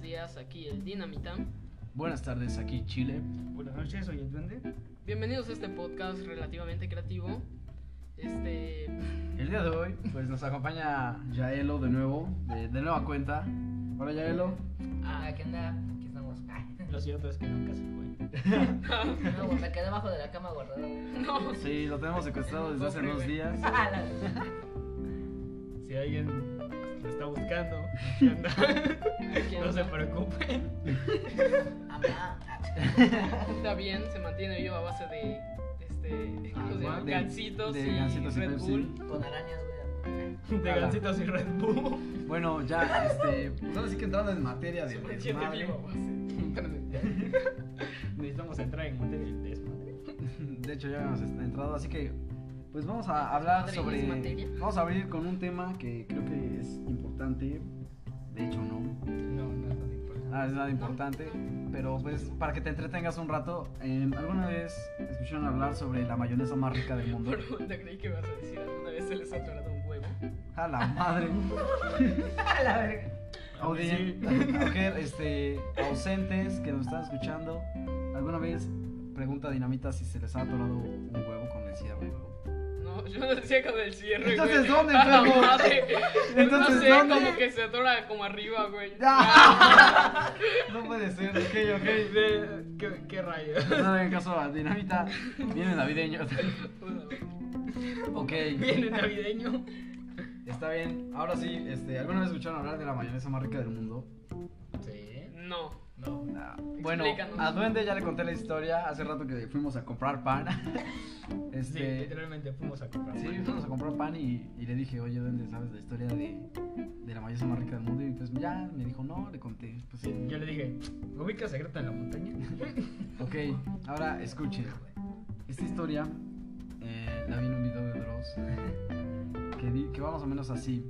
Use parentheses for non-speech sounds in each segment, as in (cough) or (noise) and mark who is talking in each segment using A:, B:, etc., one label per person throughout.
A: días, aquí el Dinamita.
B: Buenas tardes, aquí Chile.
C: Buenas noches, soy el Duende.
A: Bienvenidos a este podcast relativamente creativo. Este. (laughs)
B: El día de hoy, pues nos acompaña Yaelo de nuevo, de, de nueva cuenta. Hola Yaelo.
D: Ah, ¿qué onda? Aquí estamos. Ah,
C: Lo cierto es que nunca se fue.
D: (laughs) no, me quedé debajo de la cama (laughs) guardado.
B: (laughs)
A: no.
B: Sí, lo tenemos secuestrado desde hace unos días.
D: Ah, la-
C: Si alguien lo está buscando, aquí (laughs) anda. no se preocupen. (laughs)
D: Amá. Ah,
A: Está bien, se mantiene vivo a base de. Este. ¿cómo se llama?
B: Ah, de-
A: Gancitos
B: de
A: y
B: gansitos y
A: Red
B: Pepsi.
A: Bull.
D: Con arañas, güey.
C: De gansitos y Red (laughs) Bull.
B: Bueno, ya, este. Pues ahora sí que entrando en materia de.
A: Se mantiene
B: desmadre.
A: vivo a base.
C: Necesitamos entrar en materia del desmadre.
B: De hecho, ya hemos est- entrado, así que. Pues vamos a hablar
A: Madre,
B: sobre.
A: ¿es materia?
B: Vamos a abrir con un tema que creo que es importante. De hecho, no.
C: No, no es tan importante.
B: Ah, es nada importante. Pero pues para que te entretengas un rato, eh, ¿alguna vez escucharon hablar sobre la mayonesa más rica del
A: (laughs)
B: mundo?
A: Por un momento creí que ibas a decir alguna vez se les ha atorado un huevo.
B: A la madre.
D: (laughs) A la verga.
B: Audien- Mujer, este, ausentes que nos están escuchando, ¿alguna vez pregunta a Dinamita si se les ha atorado un huevo con el cierre?
A: No, yo no decía con el cierre.
B: Entonces,
A: güey.
B: ¿dónde,
A: Ah,
B: enfermo?
A: madre.
B: (laughs) Entonces,
A: no sé,
B: ¿dónde?
A: como que se atora como arriba, güey.
B: No puede ser, ok,
C: Ok, de- ¿qué, qué rayo? (laughs)
B: ok. No le hagan caso a Dinamita, viene navideño. (laughs) Ok,
A: Viene navideño.
B: está bien. Ahora sí, este, ¿alguna vez escucharon hablar de la mayonesa más rica del mundo?
C: Sí.
A: No.
C: No.
B: Nah. Bueno,
A: Explícanos.
B: a Duende ya le conté la historia hace rato que fuimos a comprar pan.
C: Sí,
B: Este,
C: literalmente fuimos a comprar.
B: Sí,
C: pan.
B: fuimos a comprar pan y, y le dije, oye, ¿dónde sabes la historia de, de la mayonesa más rica del mundo? Y pues ya, me dijo, no, le conté. Pues sí.
C: Yo le dije, ¿ubicas secreta en la montaña? (laughs)
B: Ok, ahora escuchen. Esta historia eh, la vi en un video de Dross (laughs) que, di- que va más o menos así.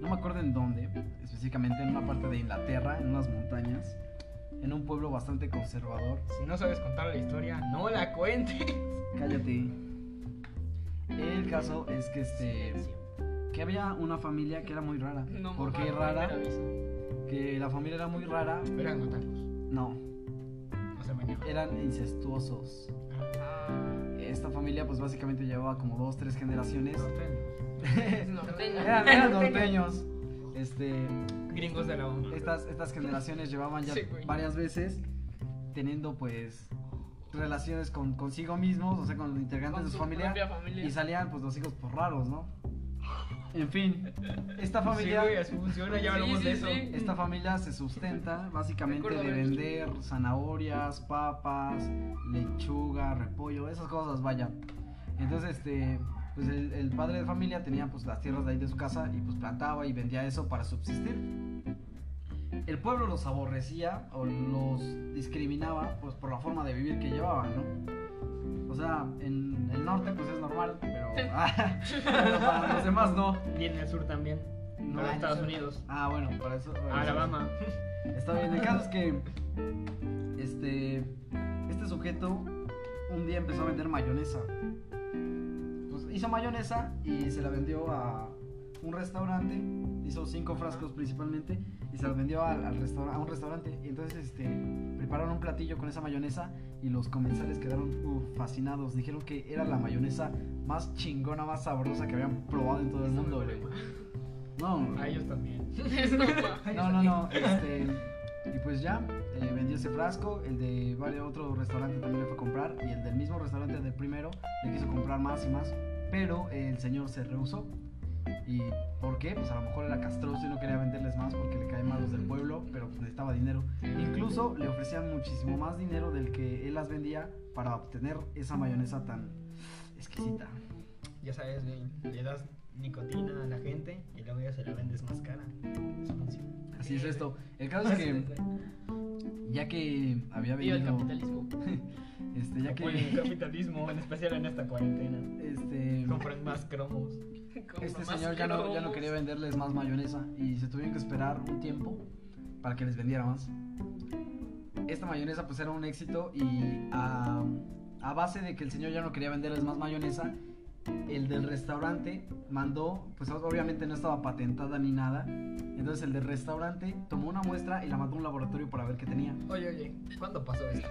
B: No me acuerdo en dónde, específicamente en una parte de Inglaterra, en unas montañas, en un pueblo bastante conservador.
C: Si no sabes contar la historia, no la cuentes.
B: Cállate. El caso es que este. Que había una familia que era muy rara.
A: No,
B: ¿Por
A: mamá,
B: qué rara?
A: primer aviso.
B: Que la familia era muy rara.
C: Eran otakus.
B: No,
C: No se bañaban.
B: eran incestuosos.
A: Ah,
B: Esta familia pues básicamente llevaba como dos, tres
A: (laughs)
B: generaciones.
C: Norteños.
A: es norteño.
B: eran, eran norteños. Este,
C: Gringos de la bomba.
B: estas, estas generaciones llevaban ya
A: Sí, güey.
B: varias veces teniendo pues relaciones con consigo mismos, o sea, con los integrantes
A: Con
B: de su
A: su
B: familia.
A: propia familia.
B: Y salían pues los hijos por raros, ¿no? En fin, esta
C: Sí,
B: familia...
C: güey, así funciona, ya
A: Sí,
C: hablamos
A: sí,
C: de eso.
A: sí.
B: Esta familia
A: (laughs)
B: se sustenta básicamente
A: Recuerdo
B: de
A: haber visto.
B: vender zanahorias, papas, lechuga, repollo, esas cosas, vaya. Entonces, este, pues el, el padre de familia tenía pues las tierras de ahí de su casa y pues plantaba y vendía eso para subsistir. El pueblo los aborrecía o los discriminaba pues por la forma de vivir que llevaban, ¿no? O sea, en el norte pues es normal, pero, (laughs) pero para los demás no.
C: Y en el sur también.
B: No.
C: para Estados
D: eso-
C: Unidos.
B: Ah, bueno, para eso. para eso-
C: Alabama.
B: Está bien, el caso es que este, este sujeto un día empezó a vender mayonesa. Pues hizo mayonesa y se la vendió a un restaurante. Hizo cinco frascos principalmente y se la vendió al, al restaura- a un restaurante. Y entonces este, prepararon un platillo con esa mayonesa y los comensales quedaron uf, fascinados. Dijeron que era la mayonesa más chingona, más sabrosa que habían probado en todo el
A: Esto me
B: mundo.
A: duele
B: güey.
A: más.
B: No,
C: A ellos (laughs) también.
A: (laughs) Es (laughs)
B: (laughs)
A: normal.
B: no, no, no. Este, y pues ya, eh, vendió ese frasco. El de varios otro restaurante también le fue a comprar. Y el del mismo restaurante del primero le quiso comprar más y más. Pero eh, el señor se rehusó. ¿Y por qué? Pues a lo mejor era castroso y no quería venderles más porque le caen malos del pueblo, pero pues, necesitaba dinero. Incluso le ofrecían muchísimo más dinero del que él las vendía para obtener esa mayonesa tan exquisita.
C: Ya sabes, güey, le das nicotina a la gente y luego ya se la vendes más cara. Eso funciona.
B: Así es esto. El caso es que ya que había
A: Viva el
B: venido,
A: capitalismo. (laughs)
B: este, ya
C: Apoyen el
B: que
C: capitalismo, en especial en esta cuarentena.
B: este
C: Compren más cromos.
A: Compra
B: Este
A: más
B: señor ya no, ya no
A: cromos.
B: quería venderles más mayonesa y se tuvieron que esperar un tiempo para que les vendiera más. Esta mayonesa pues era un éxito y a, a base de que el señor ya no quería venderles más mayonesa, el del restaurante mandó, pues obviamente no estaba patentada ni nada. Entonces el del restaurante tomó una muestra y la mandó a un laboratorio para ver qué tenía.
C: Oye, oye, ¿cuándo pasó esto?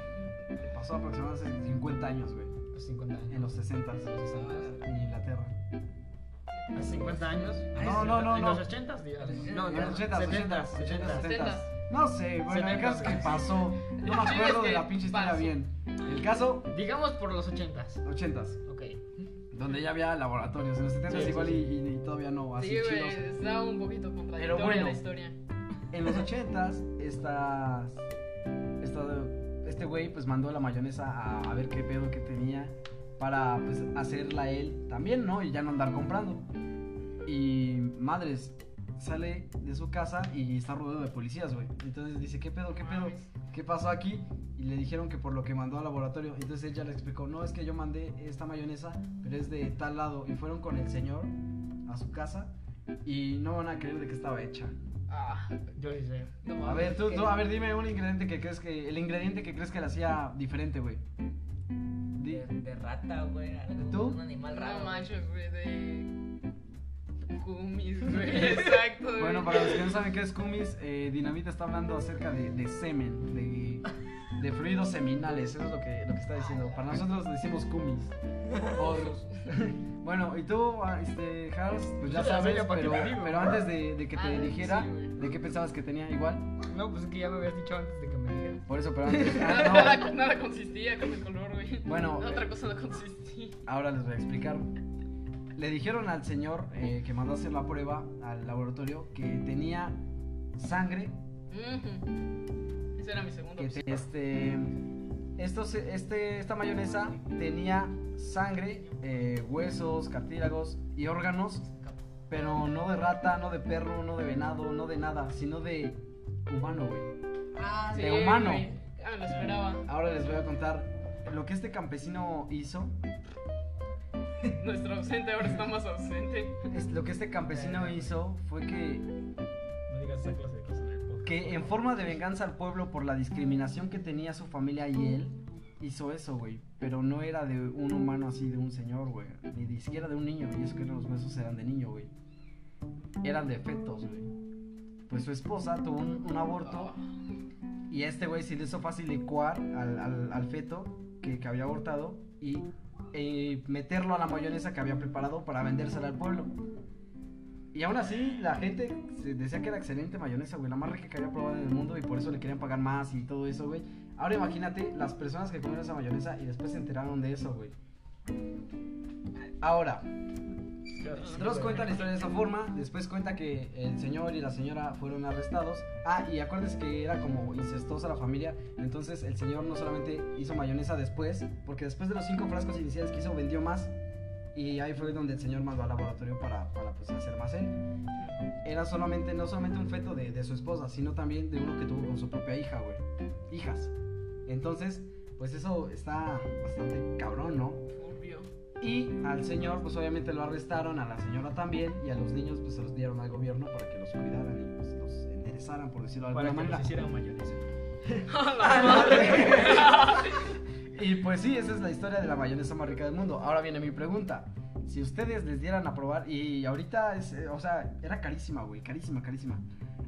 B: Pasó aproximadamente 50 años, güey.
C: Hace 50 años.
B: En los 60 en Inglaterra.
C: Hace 50 años.
B: Ah, No, no, no,
C: En
B: no.
C: los 80s, digamos. No,
B: En los 80,
C: 70,
B: 80,
C: 70.
B: 70. No sé, bueno, el
C: 70s,
B: caso es que
C: sí.
B: pasó. No
A: Sí,
B: me
A: es
B: acuerdo de
A: que
B: la pinche historia
A: pasó.
B: bien. El caso,
C: Digamos por los 80s.
B: 80s,
C: Ok.
B: donde ya había laboratorios. En los 70s
C: Sí, sí,
B: igual y-
C: sí.
B: Y, y todavía no, así
A: Sí, güey,
B: chidos.
A: está un poquito
B: Pero
A: contradictoria
B: bueno.
A: la historia.
B: En los 80s, estas, esta- este güey pues mandó la mayonesa a, a ver qué pedo que tenía para pues hacerla él también, ¿no? Y ya no andar comprando. Y madres, sale de su casa y está rodeado de policías, güey. Entonces dice, ¿qué pedo, qué pedo?
A: Mames.
B: ¿Qué pasó aquí? Y le dijeron que por lo que mandó al laboratorio. Entonces ella le explicó, no, es que yo mandé esta mayonesa, pero es de tal lado. Y fueron con el señor a su casa y no van a creer de qué estaba hecha.
A: Ah,
C: Yo sí sé.
A: no
B: A
A: mames,
B: ver, tú,
A: qué-
B: tú, a ver, dime un ingrediente que crees que. El ingrediente que crees que la hacía diferente, güey. Di-
D: De, de rata, güey. algo,
B: ¿Tú?
D: Un animal raro.
A: No manches, güey, de.
B: (laughs)
A: Kumis, güey. Exacto, güey. (laughs)
B: Bueno, para los que no saben qué es kumis, eh, Dinamita está hablando acerca de, de semen, de, de fluidos seminales, eso es lo que, lo que está diciendo. Para nosotros decimos kumis. Por- (laughs) bueno, y tú, ah, este, Harold, pues ya
C: Yo la
B: sabes,
C: veo para que
B: pero,
C: me diga.
B: pero antes de, de que
A: Ah,
B: te
A: sí,
B: dijera,
A: güey.
B: ¿de qué pensabas que tenía igual?
C: No, pues es que ya me habías dicho antes de que me dijeras.
B: Por eso,
A: (laughs)
B: pero antes. ah,
A: Nada,
B: no.
A: nada, nada consistía con el color, güey.
B: Bueno,
A: (laughs)
B: eh,
A: Otra cosa no consistía.
B: Ahora les voy a explicar. Le dijeron al señor eh, que mandó a hacer la prueba al laboratorio que tenía sangre,
A: Ujú. Esa era mi segunda
B: que
A: opción.
B: te- este, estos- este, esta mayonesa tenía sangre, eh, huesos, cartílagos y órganos, pero no de rata, no de perro, no de venado, no de nada, sino de humano, güey.
D: Ah,
B: de humano.
A: güey. Ah, me lo esperaba. (laughs)
B: Ahora les voy a contar lo que este campesino hizo.
A: Nuestro ausente ahora está más ausente.
B: Es, lo que este campesino hizo fue que
C: No digas esa clase de cosas en el podcast.
B: que en forma de venganza al pueblo por la discriminación que tenía su familia y él, hizo eso, güey. Pero no era de un humano así, de un señor, güey. Ni de siquiera de un niño, y eso que los huesos eran de niño, güey. Eran de fetos, güey. Pues su esposa tuvo un, un aborto y a este güey se le hizo fácil licuar al, al- al feto que, que había abortado y eh, meterlo a la mayonesa que había preparado para vendérsela al pueblo. Y aún así, la gente se decía que era excelente mayonesa, güey, la más rica que había probado en el mundo y por eso le querían pagar más y todo eso, güey. Ahora imagínate las personas que comieron esa mayonesa y después se enteraron de eso, güey. Ahora, Dross cuenta la historia de esa forma, después cuenta que el señor y la señora fueron arrestados. Ah, y acuérdense que era como incestuosa la familia, entonces el señor no solamente hizo mayonesa después, porque después de los cinco frascos iniciales que hizo vendió más. Y ahí fue donde el señor mandó al laboratorio para, para pues, hacer más él. Era solamente, no solamente un feto de, de su esposa, sino también de uno que tuvo con su propia hija, güey. Hijas. Entonces, pues eso está bastante cabrón, ¿no?
A: (laughs)
B: (laughs)
A: Turbio.
B: Y al señor, pues obviamente lo arrestaron, a la señora también, y a los niños, pues se los dieron al gobierno para que los cuidaran y pues los enderezaran, por decirlo de
C: Para
B: alguna
C: que
B: manera.
C: nos hicieran mayonesa.
A: A la madre.
B: Ah,
A: (laughs)
B: Y pues sí, esa es la historia de la mayonesa más rica del mundo. Ahora viene mi pregunta. Si ustedes les dieran a probar, y ahorita, es, eh, o sea, era carísima, güey, carísima, carísima.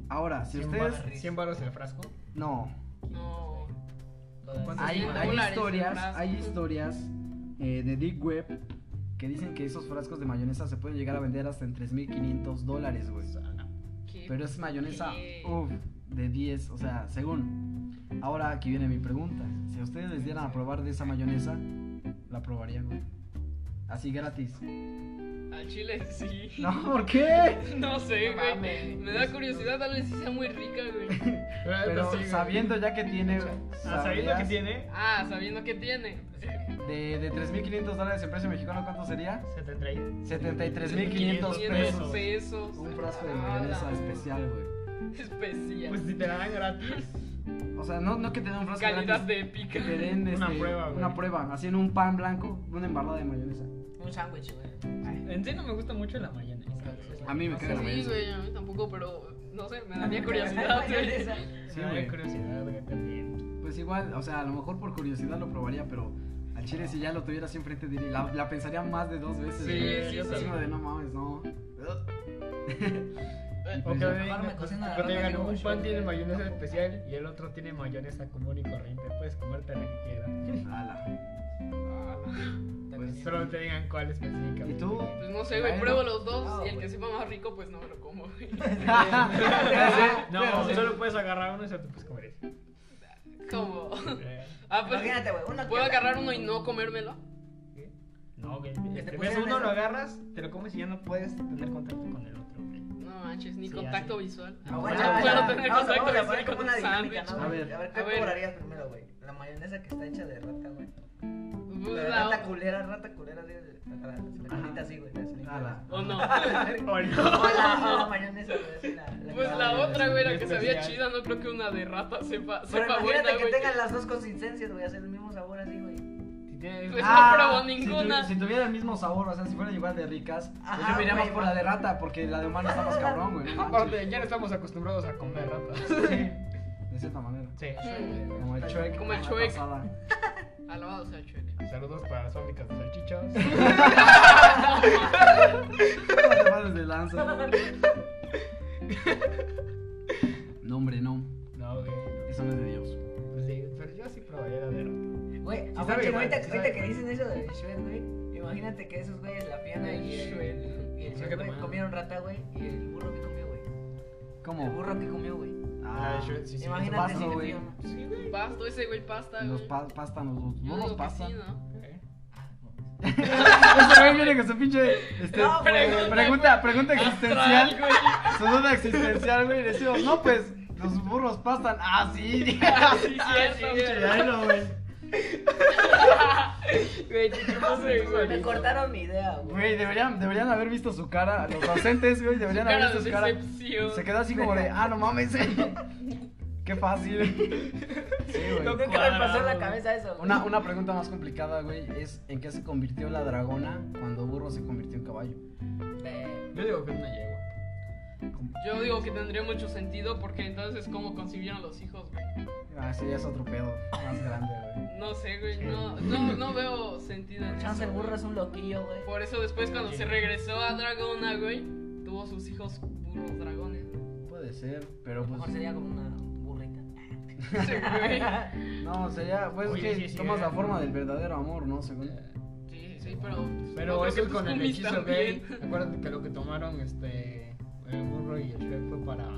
B: Ahora, si
C: 100
B: ustedes...
C: varos- 100 baros el frasco.
B: No,
A: No.
C: ¿Cuántos
B: hay,
C: tiene?
B: hay
A: dólares el
B: historias,
A: frasco.
B: hay historias eh, de Deep Web que dicen que esos frascos de mayonesa se pueden llegar a vender hasta en 3.500 dólares, güey.
C: Ah,
A: ¿Qué?
B: Pero es mayonesa,
C: Eh.
A: ¿Qué?
B: uff, de 10, o sea, según. Ahora aquí viene mi pregunta. Si a ustedes les dieran a probar de esa mayonesa, la probarían, güey. Así
C: (laughs)
B: gratis.
A: Al chile (laughs) sí.
B: No, ¿por qué?
A: No sé,
D: No
A: güey.
D: mames.
A: Me da curiosidad, tal vez sí sea muy rica,
D: (laughs)
A: güey.
B: Pero
C: Ah, pues Sí, güey.
B: sabiendo ya que tiene.
C: Ah, sabiendo que
B: sabrías,
C: tiene
A: Ah, sabiendo qué tiene.
B: De, de 3.500 dólares en precio mexicano, ¿cuánto sería?
C: 73.
B: 73.500
A: pesos.
B: pesos.
A: pesos.
B: Un frasco de
A: Ah,
B: mayonesa
A: la-
B: especial,
A: (laughs)
B: güey.
A: Especial.
C: Pues si te la dan gratis.
B: O sea, no, no que te den un frasco
A: Calidad
B: gratis,
A: de
B: Que
A: épica.
B: te den
C: (laughs) Una
B: este,
C: prueba, güey.
B: una prueba, así en un pan blanco, una embarrada de mayonesa.
D: Un sándwich, güey.
C: En sí no me gusta mucho la mayonesa.
B: A mí me
D: No
B: caga la
D: sé.
A: Sí,
B: mayonesa.
A: güey, a mí tampoco, pero no sé, me
D: (laughs)
A: daría curiosidad, güey.
D: Mayonesa.
B: Sí,
C: Me da
B: güey.
C: curiosidad güey, también.
B: Pues igual, o sea, a lo mejor por curiosidad lo probaría, pero al Al chile, si ya lo tuviera así enfrente, diría, la, la pensaría más de dos
A: Sí,
B: veces. güey.
A: sí,
B: Yo
A: sí.
B: encima de no mames, no. (laughs)
C: Eh,
B: pues,
C: cuando
B: mejor
D: me
C: digan-
D: cocino la
C: cuando
D: rata
C: digan,
D: de
C: un
D: mucho,
C: pan
D: güey".
C: tiene mayonesa especial y el otro tiene mayonesa común y corriente. Puedes comerte la que quieras.
B: Ala.
A: Ah,
C: Pues solo te digan cuál específica.
B: ¿Y tú?
A: Pues no sé, güey,
B: Bueno.
A: pruebo los dos
D: No,
A: y el
D: güey.
A: que sepa más rico, pues no me lo como,
D: (laughs)
A: güey.
B: Ah,
C: No, solo puedes agarrar uno y se te puedes (laughs) comer ese.
A: Como.
C: Eh,
A: Ah, pues.
D: Imagínate, güey. Uno
A: ¿Puedo
D: que-
A: agarrar uno y no comérmelo?
C: ¿qué? No, güey.
D: te
C: Este, ves
D: pusieron
C: uno,
D: eso.
C: lo agarras, te lo comes y ya no puedes tener contacto con el otro, (laughs) güey.
A: No manches, ni
C: Sí,
A: contacto
C: así.
A: visual.
D: Ah,
A: Bueno,
D: bueno,
B: ya,
A: puedo
B: ya.
A: tener
D: vamos
A: contacto
D: a- vamos a
A: visual
D: poner
A: con
D: como
A: un
D: una dinámica,
A: sándwich.
D: ¿no?
B: A
D: A
B: ver.
D: ver, a ver, ¿qué
A: A ver.
D: cobrarías primero, güey? La mayonesa que está hecha de rata, güey.
A: Pues,
D: La
A: la-
D: rata culera, rata culera, así, de- la- la- se la
B: Ajá.
D: colita así, güey. la slingera. (laughs)
B: Ala.
A: O no.
C: O
D: O
C: Oh, no.
D: la- o la mayonesa, güey, así, la-
A: Pues
D: que-
A: la otra, güey, la que
C: es
A: sabía
C: especial.
A: chida, no creo que una de rata sepa,
D: Pero
A: sepa
D: imagínate
A: buena,
D: que
A: güey.
D: tengan las dos consistencias, güey, hacer el mismo sabor así, güey.
C: Si tienes-
A: Pues no
B: Ah,
A: probó
B: si tu-
A: ninguna.
B: Si, tuviera el mismo sabor, o sea, si fuera igual de ricas, pues
D: Ajá,
B: yo me iría más
D: güey.
B: por la de rata, porque la de humano está más cabrón, güey. no manches.
C: Aparte, ah, ya no estamos acostumbrados a comer ratas.
B: De cierta manera.
C: (laughs) Sí.
A: Mm,
B: Como el chuec.
A: Como el
B: la
A: chuec.
B: pasada.
A: Alabado sea el
D: (laughs)
A: chueco.
C: Saludos para las fábricas de salchichas. (laughs)
B: No te pases de lanza. No, hombre, no.
C: No, güey.
B: Eso no es de Dios.
C: Pues sí, pero yo sí probaría la de rata.
D: Güey,
C: sabe
D: aparte,
C: igual,
D: ahorita,
C: sí
D: ahorita
C: sabe
D: que dicen eso de Shred, güey, imagínate que esos güeyes, la piana y el, y el
C: O sea,
D: Shrek,
C: que
D: güey,
C: tomaron.
D: comieron rata, güey, y el burro que comió, güey. El
B: ¿Cómo?
D: burro que comió, güey.
B: Ah,
C: Shrek, sí, sí.
D: imagínate
B: paso,
D: si le
B: güey.
D: dieron-
C: Sí, güey.
A: Pasto, ese güey pasta,
B: Nos
A: güey.
B: pa pastan los dos.
A: Yo
B: No nos
A: digo que
B: pasta. (laughs)
A: sí, ¿no?
C: Eh.
B: Ese güey viene con su pinche. este,
D: No, güey.
B: pregunta, pregunta
A: Astral,
B: existencial.
A: güey.
B: Su duda existencial, güey. Le decimos, no, pues, los burros pastan. Ah, sí.
A: Ah, sí,
B: (laughs)
A: cierto,
C: Sí,
A: güey.
C: ya no, güey.
A: Güey, te chupaste, güey.
D: Me cortaron mi idea, güey.
B: Güey, deberían, deberían haber visto su cara. Los docentes, güey, deberían haber
A: Cara
B: visto
A: de
B: su cara.
A: decepción.
B: Se quedó así como de, ah, no mames. Qué fácil. Sí,
D: Nunca
B: güey.
D: me pasó en la cabeza eso, güey.
B: Una, una pregunta más complicada, güey, es ¿en qué se convirtió la dragona cuando burro se convirtió en caballo?
D: Eh,
C: Yo digo que es una yegua.
A: Yo digo que tendría mucho sentido porque entonces cómo concibieron los hijos, güey.
B: Ah, sí, ya es otro pedo más grande, güey.
A: No sé, güey, no, no, no veo sentido en
D: Chance el
A: eso, güey.
D: burro es un loquillo, güey.
A: Por eso después cuando se regresó a Dragona, güey, tuvo sus hijos burros dragones.
B: (laughs)
A: güey.
B: Puede ser, pero pues...
D: Mejor sería como una burrita. (laughs)
A: Sí, güey.
B: No, sería, pues es
C: Oye,
B: que
C: sí Eh, es
B: tomas la
C: cierto.
B: forma del verdadero amor, ¿no? Según...
A: Sí, sí, pero...
C: Pero
A: no creo
C: eso
A: que
C: es
A: tus
C: con el
A: comis
C: hechizo
A: también.
C: gay. Acuérdate que lo que tomaron este el burro y el Shrek fue para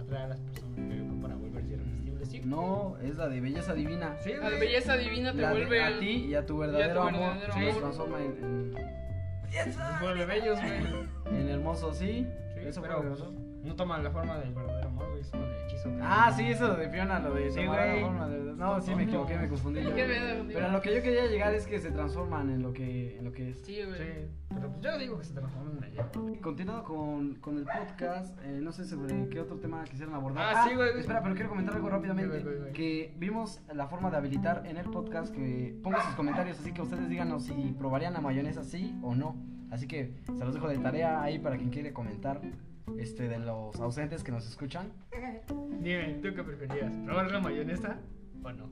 C: atraer a las personas, pero fue para volverse irresistibles, sí.
B: No, es la de belleza divina.
C: Sí,
A: (laughs) La
C: güey.
A: belleza divina te
B: La de-
A: vuelve...
B: a ti y a tu verdadero amor
A: verdadero
B: se
A: amor.
B: transforma en, en-
C: Los Pues vuelve bellos,
A: (laughs)
C: güey.
B: en hermoso, ¿sí?
C: Sí,
B: eso fue
C: pero
B: lo que pasó.
C: no toman la forma del verdadero amor, güey, solo del hechizo. que-
B: Ah, sí, eso de Fiona, lo de
C: Sí,
B: tomar la
C: güey.
B: forma del... No, sí, me
C: Tonto.
B: equivoqué, me confundí.
C: (laughs)
A: ¿Qué
B: yo.
A: pedo, güey?
B: Pero a lo que yo quería llegar es que se transforman en lo que, en lo que es.
A: Sí, güey.
C: Sí, pero pues yo digo que se transformó en una yegua.
B: Continuando con, con el podcast, eh, no sé sobre qué otro tema quisieran abordar.
C: Ah, sí, güey, güey.
B: Espera, pero quiero comentar algo rápidamente.
C: Güey, güey, güey.
B: Que vimos la forma de habilitar en el podcast que pongan sus comentarios, así que ustedes díganos si probarían la mayonesa sí o no. Así que se los dejo de tarea ahí para quien quiere comentar este de los ausentes que nos escuchan.
C: Dime, ¿tú qué preferías? ¿Probar la mayonesa o no?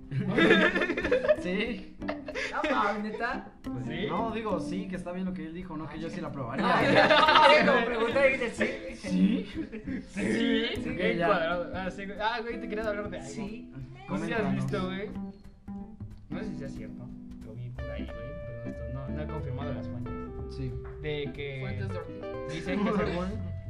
B: Sí.
D: No,
C: (laughs)
D: mames, neta.
B: Pues,
C: ¿Sí?
B: No, digo sí, que está bien lo que él dijo, no que yo sí la probaría. (laughs)
D: Ay, (laughs) como pregunté, dijiste, sí.
B: Sí.
C: Sí,
B: Sí,
C: sí,
B: güey, ya.
C: cuadrado. Ah, sí, güey. Ah, güey, te quería hablar de algo.
D: Sí.
C: No sé si has
B: Coméntanos.
C: visto, güey. No sé si sea cierto. Lo vi por ahí, güey. Pero esto no, no he confirmado las fuentes.
B: Sí.
C: De que
A: Fuentes de Ortiz.
C: dicen
A: (laughs)
C: que según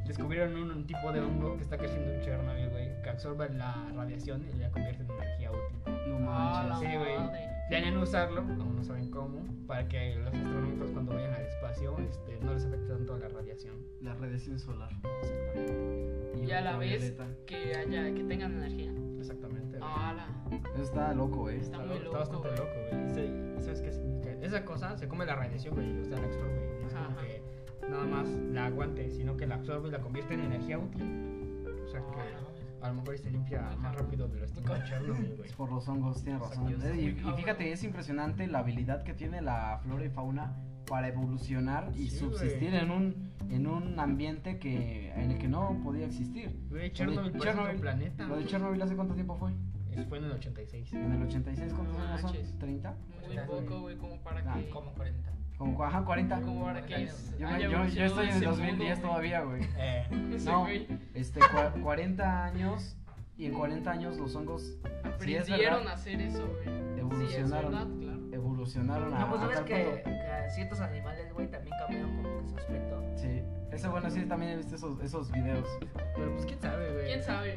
C: descubrieron un, un tipo de hongo que está creciendo en Chernobyl, güey, que absorbe la radiación y la convierte en energía útil.
B: No
A: Ah, la
B: manches.
C: Sí, güey.
A: madre.
C: Planean usarlo, aún no saben cómo, para que los astronautas cuando vayan al espacio este, no les afecte tanto la radiación.
B: La radiación solar.
C: Exactamente.
B: Y
A: Ya la ves
B: ultravioleta.
A: que haya, que tengan energía.
C: Exactamente. güey.
A: Ah, la...
B: Eso está loco, eh.
A: Está muy
C: Está
A: loco,
C: bastante
A: güey.
C: loco, güey. Y se- ¿Sabes qué significa? Esa cosa se come la radiación, güey. O sea, la absorbe. No es
A: Ajá,
C: como
A: ajá.
C: que nada más la aguante, sino que la absorbe y la convierte en energía útil. O sea,
A: Ah,
C: que a lo mejor se limpia más rápido de lo
A: (laughs)
C: estima de Chernobyl, güey.
B: Es por los hongos, tienes razón.
A: Exacto.
B: Eh, Y, y fíjate, es impresionante la habilidad que tiene la flora y fauna para evolucionar y
C: Sí,
B: subsistir en un, en un ambiente que, en el que no podía existir.
C: Güey, Chernobyl parece
B: Chernobyl.
C: otro planeta.
B: Lo de Chernobyl, ¿hace cuánto tiempo fue?
C: Eso fue en el 86.
B: En el 86, ¿cuántos años son?
A: Manches.
B: ¿30?
A: Muy poco, güey, como para
B: Ah,
A: que.
D: Como 40.
B: Como, ajá, 40.
A: Como para que.
B: Yo, me-
A: haya
B: yo- yo
A: evolucionado
B: estoy en el
A: ese
B: 2010
A: mundo, güey.
B: todavía, güey.
C: Eh,
A: Ese
B: No,
A: güey
B: este, cua- 40 años y en 40 años los hongos sí es
A: aprendieron a
B: verdad,
A: hacer eso, güey. Sí, es
B: Evolucionaron.
A: verdad, claro.
B: evolucionaron a.
D: No, pues
B: a
D: sabes
B: tal
D: que,
B: punto.
D: que ciertos animales, güey, también cambiaron como que su aspecto.
B: Sí, ese bueno, sí, también he visto esos, esos videos.
C: pero pues quién sabe, güey.
A: ¿Quién sabe?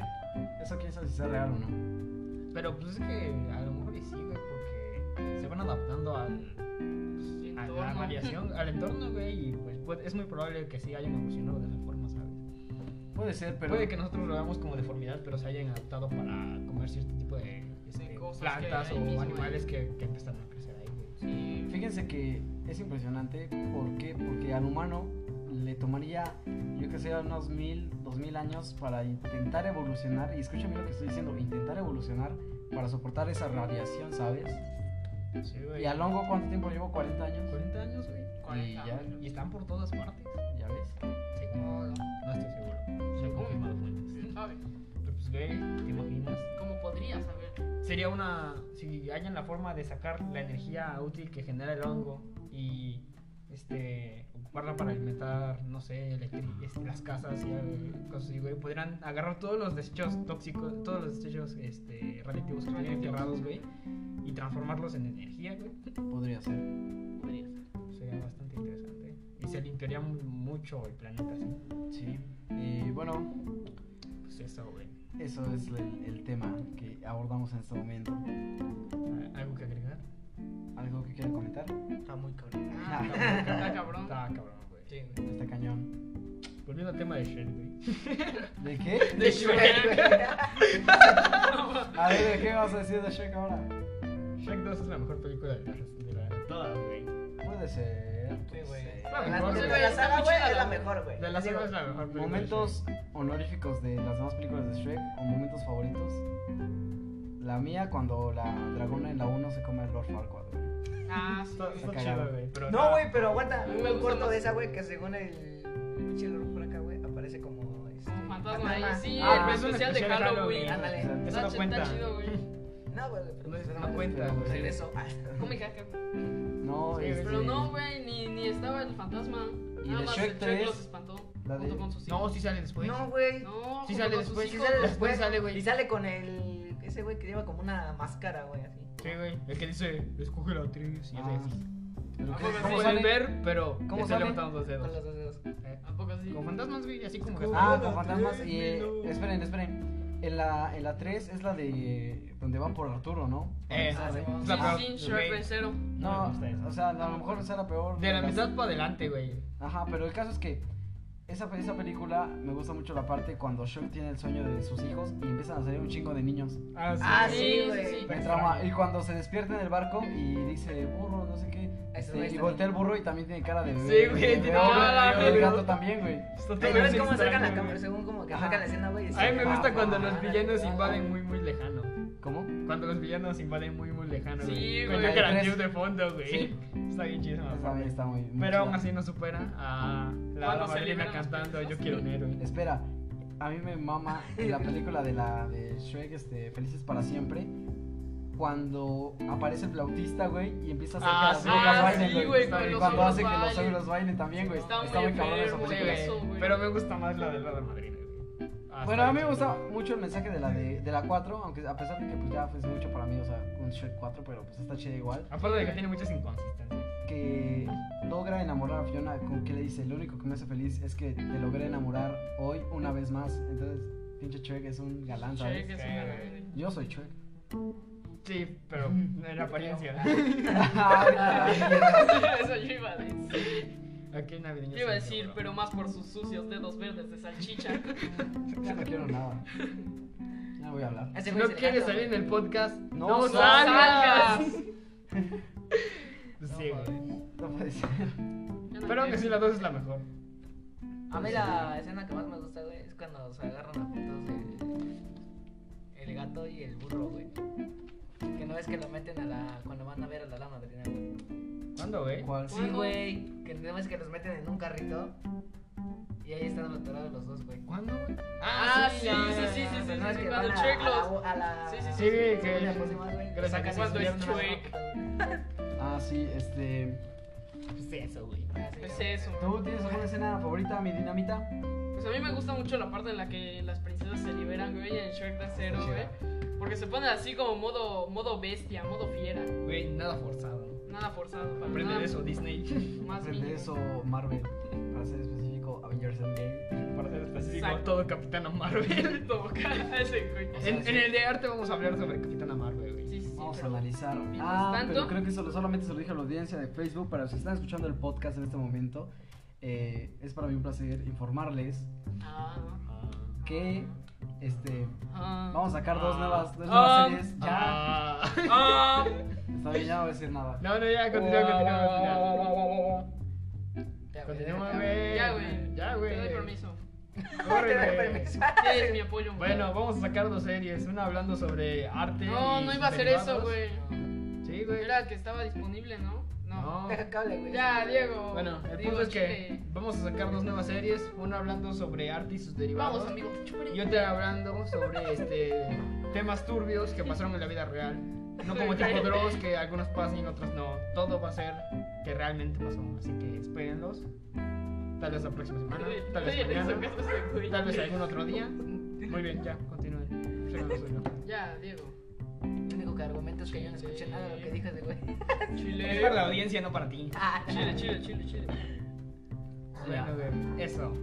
B: Eso quién sabe si sea real o no.
C: Pero pues es que a lo mejor y sí, güey, porque se van adaptando al,
A: En
C: a la
A: torno.
C: variación, al entorno, güey, y pues, puede- es muy probable que sí hayan evolucionado de esa forma, ¿sabes?
B: Puede ser, pero.
C: Puede que nosotros lo veamos como deformidad, pero se hayan adaptado para comer cierto tipo de este,
A: De cosas
C: plantas
A: que
C: o
A: hay ahí mismo, ¿eh?
C: animales que, que empezaron a crecer ahí, güey.
A: Sí.
B: Fíjense que es impresionante. ¿Por qué? Porque al humano le tomaría, yo que sé, unos mil, dos mil años para intentar evolucionar. Y escúchame lo que estoy diciendo: intentar evolucionar para soportar esa radiación, ¿sabes?
C: Sí, güey.
B: ¿Y al hongo cuánto tiempo llevo? ¿40 años?
C: 40 años, güey.
A: 40
B: ya-
A: años.
C: Y están por todas partes.
B: ¿Ya ves?
A: No, no,
C: No estoy seguro. Se han confirmado fuentes.
A: ¿quién sabe?
C: Pero pues, güey, ¿te imaginas?
A: ¿Cómo podría saber?
C: Sería una. Si hayan la forma de sacar la energía útil que genera el hongo y. Este, ocuparla para alimentar, no sé, electri- este, las casas y eh, cosas así, güey. Podrían agarrar todos los desechos tóxicos, todos los desechos este, radiactivos que tienen enterrados, güey, y transformarlos en energía, güey.
B: Podría ser.
A: Podría ser.
C: Sería bastante interesante. Y se limpiaría mu- mucho el planeta, sí.
B: Sí. Y bueno,
C: Pues eso, güey.
B: eso es el, el tema que abordamos en este momento.
C: ¿Algo que agregar?
B: ¿Algo que quieran comentar?
D: Está muy cabrón.
A: Ah,
C: Está
A: está cabrón.
C: Está cabrón, güey.
D: Sí, güey.
B: Está cañón.
C: Volviendo al tema de Shrek, güey.
B: ¿De qué?
A: De Shrek.
B: (laughs) A ver, ¿de qué vas a decir de Shrek ahora?
C: Shrek 2 es la mejor película de, las- de la- de todas, güey.
B: Puede ser.
D: Sí,
B: puede
D: güey.
B: ser.
C: Ah,
D: La-
C: mejor,
D: de
C: güey.
D: la saga, güey, es la
A: Está muy
D: mejor, güey.
C: De la
D: Digo,
C: saga es la mejor película. de
B: Momentos honoríficos de las demás películas de Shrek o momentos favoritos. La mía cuando la dragona en la 1 se come al Lord Farquaad. güey.
A: Ah,
C: Shrek.
A: sí.
C: Está,
A: güey.
C: está
B: Está
C: chido,
B: cagado.
C: güey. pero
D: No,
C: está-
D: güey, pero aguanta.
A: A mí me
D: Un
A: gusta
D: corto
A: más-
D: de esa, güey, que según el. El pinche Lord por acá, güey, aparece como. Este,
A: Como fantasma ahí. Sí,
C: Ah,
A: el
C: es un
A: especial de
C: especial de
A: Halloween.
C: Halloween.
D: Ándale.
B: O
C: Eso
A: Está
C: no
A: ch-
C: cuenta.
A: está chido, güey.
D: No, güey, pero
C: No,
D: pues,
C: no
D: nada más
C: cuenta,
D: después
C: güey.
D: Regreso. Ah,
A: Come hacker.
B: sea, No,
C: Sí,
B: este,
A: Pero no, güey, ni, ni estaba el fantasma.
B: Y
A: Nada
B: de
A: más
B: Shrek
A: el Shrek
B: 3,
A: los espantó.
B: la de-
A: Junto con sus
C: No,
A: hijos.
C: sí sale después.
D: No, güey. Pues,
A: No,
C: Sí
A: junto
C: sale
A: con sus
C: después, sí
A: hijos.
C: sale después. Pues. sale, güey.
D: Y sale con el. Ese güey que lleva como una máscara, güey, así.
C: Sí, güey. El que dice, escoge la actriz y
B: Ah,
C: es así.
B: ¿pero
A: ¿A
B: qué-
A: poco
B: ¿Cómo
C: No
A: sí?
C: pueden
B: sale?
C: ver, pero
B: ¿Cómo
C: está
B: sale?
C: levantando los
D: Con los
C: dedos.
D: dos dedos.
C: Eh,
A: ¿A poco sí?
C: Con fantasmas, güey, así como que
B: Ah,
C: está-
B: con fantasmas. Y eh,
C: Dímelo.
B: esperen, esperen. En la, en la 3 es la de donde van por Arturo, ¿no?
C: Eh,
B: Esa,
D: sí.
B: güey.
A: Sí,
C: la peor,
A: sí,
C: güey.
A: Shrek tercero.
B: No,
C: No, está esa.
B: o sea, a lo mejor esa era peor.
C: De la
B: las-
C: mitad para adelante, güey.
B: Ajá, pero el caso es que esa, esa película me gusta mucho la parte cuando Shrek tiene el sueño de sus hijos y empiezan a salir un chingo de niños.
C: Ah,
D: Ah,
A: sí,
D: sí,
A: sí,
D: güey.
A: sí.
B: Me trauma. Y cuando se despierta en el barco y dice burro, no sé qué.
D: Ese
B: este,
D: güey
B: y
D: está
B: voltea el burro y también tiene cara de bebé.
C: Sí, güey,
B: de
C: tiene
B: bebé.
A: cara de
B: Y El
A: bebé.
B: gato también, güey.
D: Ay, ¿no ves cómo sacan la cámara? Según como que
B: Ajá.
D: sacan la escena, güey. y
C: A mí
D: dicen,
C: me
D: "Ah,
C: gusta cuando
D: mamá,
C: los villanos
D: la-
C: invaden muy, muy lejano.
B: ¿Cómo?
C: Cuando los villanos invaden muy, muy lejano.
A: Sí,
C: Con
A: güey.
C: la cara
B: Tres.
C: de fondo, güey.
B: Sí.
C: Está bien chido. esa
B: Esa
C: parte.
B: bien está muy. muy
C: Pero aún
B: chida.
C: así no supera a la
A: Cuando
C: hora
A: se
C: madrina
A: liberan los
C: cantando Yo
A: presos.
C: quiero un héroe.
B: Espera, a mí me mama en la película de la de Shrek, este, Felices para siempre. Cuando aparece el flautista, güey, y empieza a hacer
C: Ah,
B: que las
C: sí.
B: brujas
C: Ah,
B: bailen,
C: sí,
A: güey,
B: Está
A: con
B: bien.
A: los
B: Cuando
A: ogros
B: hace que los
A: bailen.
B: ogros bailen también, güey.
A: Está
B: Está,
A: muy
B: muy cabrón esa
A: enfermo,
C: Sí,
B: película.
A: eso,
C: güey.
A: güey.
C: Pero me gusta más la de la hora madrina, güey. Ah,
B: Bueno,
C: está
B: a mí me
C: bien chido.
B: gusta mucho el mensaje de la de, de la 4, aunque a pesar de que pues ya fue mucho para mí, o sea, un Shrek 4, pero pues está chida igual.
C: Aparte de que tiene muchas inconsistencias.
B: Que logra enamorar a Fiona, como que le dice, lo único que me hace feliz es que te logré enamorar hoy una vez más. Entonces, pinche Shrek es un galán,
A: Shrek es
B: ¿sabes?
C: ¿eh? Sí,
A: una
C: güey.
A: verga.
C: (laughs)
B: Yo soy (laughs) Shrek.
C: Sí, pero en apariencia.
A: (laughs) Eso yo iba a decir.
C: (laughs) Aquí navideño.
A: Yo iba a
C: sí,
A: decir, pero más por sus sucios dedos verdes de salchicha.
B: Ya no quiero nada. Ya voy a hablar.
D: Ese
C: Si
D: güey
C: no
D: es el
C: quieres
D: gato,
C: salir en el podcast,
B: No
C: no,
A: salgas.
C: salgas. Sí, güey.
B: No puede ser.
C: Pero aunque sí, la 2 es la mejor.
D: A mí la escena que más me gusta, güey, es cuando se agarran a puntos el, el gato y el burro, güey. Que no es que lo meten a la. cuando van a ver a la lama madrina, güey.
C: ¿Cuándo, güey?
B: ¿Cuál?
D: Sí, güey. Que no es que los meten en un carrito Y ahí están atorados los dos, güey.
C: ¿Cuándo, güey?
A: Ah, sí,
C: ya,
A: sí,
C: ya,
A: sí,
C: ya,
A: sí,
C: ya.
A: sí,
D: Personas
A: sí,
D: que
A: cuando
D: van a-
A: check
D: a la
A: los-
D: bo- a la-
A: Sí, sí,
C: Sí, que.
D: ¿cómo Pues, le pusimos, güey?
C: que lo sacan y
A: Cuando
C: se
A: es
C: llevan una-
A: chueco.
B: Ah, sí, este.
C: Pues eso, güey.
D: Ah, sí,
A: Es
D: güey.
A: Pues eso.
B: ¿Tú tienes alguna escena favorita, mi dinamita?
A: Pues a mí me gusta mucho la parte en la que las princesas se liberan, güey, en Shrek tercero,
B: Sí,
A: güey. Porque se ponen así como modo, modo bestia, modo fiera.
C: Güey, nada forzado.
A: Nada forzado. Para
C: Aprende
A: nada
C: de eso, Disney. (laughs)
A: Más
B: Aprende
A: mínimo.
B: eso,
A: (laughs)
B: Marvel. Para ser específico, Avengers Endgame.
C: Para ser específico,
A: Exacto.
C: todo Capitana
A: (laughs)
C: Marvel.
A: Tocar ese coño.
B: sea,
C: En,
B: sí.
C: en el de arte vamos a hablar sobre Capitana Marvel, güey.
A: Sí, sí, sí,
B: Vamos a
A: pero-
B: analizar.
A: mientras
B: Ah, pero
A: tanto-
B: creo que eso lo- solamente se lo dije a la audiencia de Facebook. Para los que están escuchando el podcast en este momento, eh, es para mí un placer informarles
A: Ah,
B: que este,
A: ah.
B: vamos a sacar dos
C: Ah.
B: nuevas, dos
A: Ah.
B: nuevas series. Ya,
C: Ah.
A: Ah.
B: está bien, ya no voy a decir nada.
C: (laughs) No, no, ya, continúa, continúa,
D: Ya,
C: continúa.
D: güey,
C: Continúa,
D: ya,
C: güey.
A: Ya, güey.
C: Ya, güey.
A: Te doy (laughs) permiso.
C: Corre,
D: Te doy
C: güey.
D: permiso.
A: Tienes mi apoyo. güey.
C: Bueno, vamos a sacar dos series. Una hablando sobre arte.
A: No,
C: y
A: no
C: sus
A: iba a hacer eso,
C: derivados.
A: güey.
C: Sí, güey.
A: Era el que estaba disponible, ¿no? No.
C: No.
D: Deja que hable, güey.
A: Ya, Diego.
C: Bueno, el
A: Diego,
C: punto es que
A: chile.
C: vamos a sacar dos nuevas series. Una hablando sobre arte y sus derivados.
A: Vamos, amigo. chúpale.
C: Y otra hablando sobre este, temas turbios que pasaron en la vida real. No como tipo Dross, que algunos pasan y otros no. Todo va a ser que realmente pasó. Así que espérenlos. Tal vez la próxima semana, tal
A: Sí,
C: vez
A: le
C: mañana,
A: sacaste ese güey.
C: tal vez algún otro día. Muy bien, ya, continúen. Yo no lo soy yo.
A: Ya, Diego.
D: El único que argumento es que yo no escuché nada de lo que dijiste, güey.
A: Chile.
C: Es para la audiencia, no para ti.
D: Ah,
A: Chile, chile, chile, chile.
C: Bueno, güey, eso.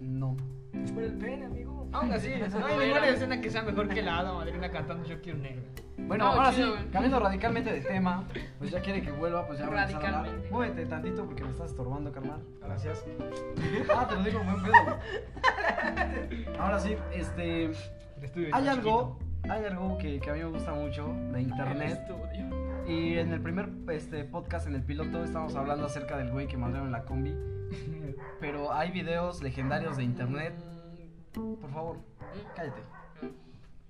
B: No.
D: es por el pene, amigo.
C: Aún (laughs) así, no hay ninguna escena que sea mejor que la Hada Madrina cantando Yo quiero un negro.
B: Bueno,
A: No,
B: ahora
A: chido,
B: sí,
A: güey.
B: cambiando radicalmente de tema, pues ya quiere que vuelva, pues ya vamos a empezar a hablar.
A: Radicalmente.
B: Muévete tantito porque me estás estorbando, carnal. Gracias. Ah, te lo digo, buen pedo. güey. Ahora sí, este,
C: El estudio está
B: hay algo, hay algo que, que a mí me gusta mucho de
A: El
B: internet
A: estudio.
B: y en el primer este, podcast, en el piloto, estábamos hablando acerca del güey que mandaron en la combi,
C: chiquito.
B: pero hay videos legendarios de internet. Por favor, cállate.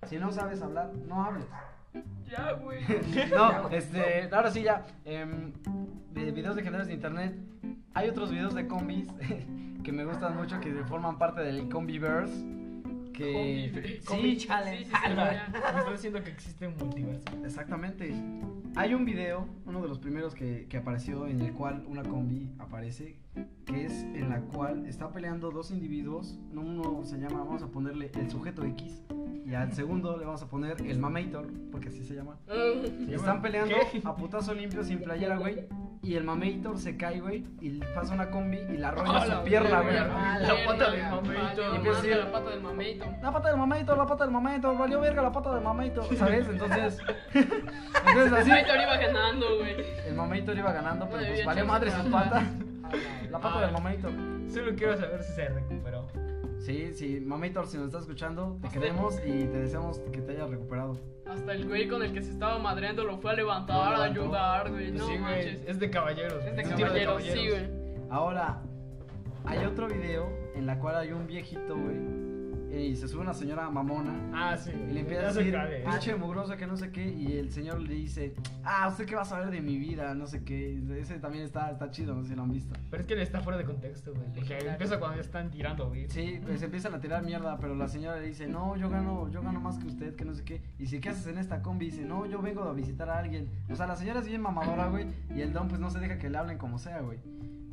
B: Si no sabes hablar, no hables.
A: Ya, güey.
B: (laughs) No, este, ahora sí ya. em, de videos de generales de internet. Hay otros videos de combis (laughs) que me gustan mucho que forman parte del combiverse. Que.
A: Combi- Sí, sí,
B: Sí,
A: sí, ya.
C: Me están diciendo que existe un multiverso.
B: exactamente. Hay un video, uno de los primeros que, que apareció, en el cual una combi aparece. Que es en la cual está peleando dos individuos. No, Uno se llama, vamos a ponerle el sujeto X. Y al segundo le vamos a poner el mamator, porque así se llama.
A: Ah,
C: Se
B: Están
C: llama-
B: peleando
C: ¿Qué?
B: a putazo limpio sin playera, güey. Y el mameitor se cae, güey. Y pasa una combi y la
C: Ah,
B: arrolla
C: la
B: su pierna, güey.
A: verga,
C: La pata del
A: verga,
C: mameito.
A: valió
B: Y pues
A: madre
B: sí.
A: La pata del mameito.
B: La pata del mameitor, la pata del mameitor. Valió verga la pata del mameitor, ¿sabes? Entonces. (laughs) Entonces así.
A: Mameito iba ganando, güey.
B: El mameitor iba ganando, pero
A: No
B: pues
A: debía
B: valió
A: echarse
B: madre su
A: nada.
B: pata.
D: Habla,
B: La pata
C: Madre.
B: del mameitor.
C: Solo quiero saber si se recuperó.
A: Eh,
B: Sí, sí, mameitor, si nos estás escuchando, te
A: Hasta-
B: queremos y te deseamos que te hayas recuperado.
A: Hasta el güey con el que se estaba madreando lo fue a levantar,
B: Lo
A: a
B: levantó.
A: ayudar, güey. No
C: Pues sí, güey.
A: manches.
C: Es Este de
A: Es
C: caballeros.
A: de
C: un tiro
A: Este caballero, sí,
C: caballeros.
A: güey.
B: Ahora, hay otro video en la cual hay un viejito, güey. Y se sube una señora mamona.
C: Ah, sí.
B: Y le empieza
C: Ya ¿eh?
B: a
C: sé
B: decir,
C: cuál es.
B: pinche mugrosa que no sé qué, y el señor le dice, ah, ¿usted qué va a saber de mi vida? No sé qué, ese también está, está chido, no sé si lo han visto.
C: Pero es que está fuera de contexto, güey. Porque
A: Legendario.
C: empieza cuando ya están tirando, güey.
B: Sí, pues empiezan a tirar mierda, pero la señora le dice, no, yo gano, yo gano más que usted, que no sé qué. Y dice, ¿qué haces en esta combi? Y dice, no, yo vengo a visitar a alguien. O sea, la señora es bien mamadora, güey, y el don pues no se deja que le hablen como sea, güey.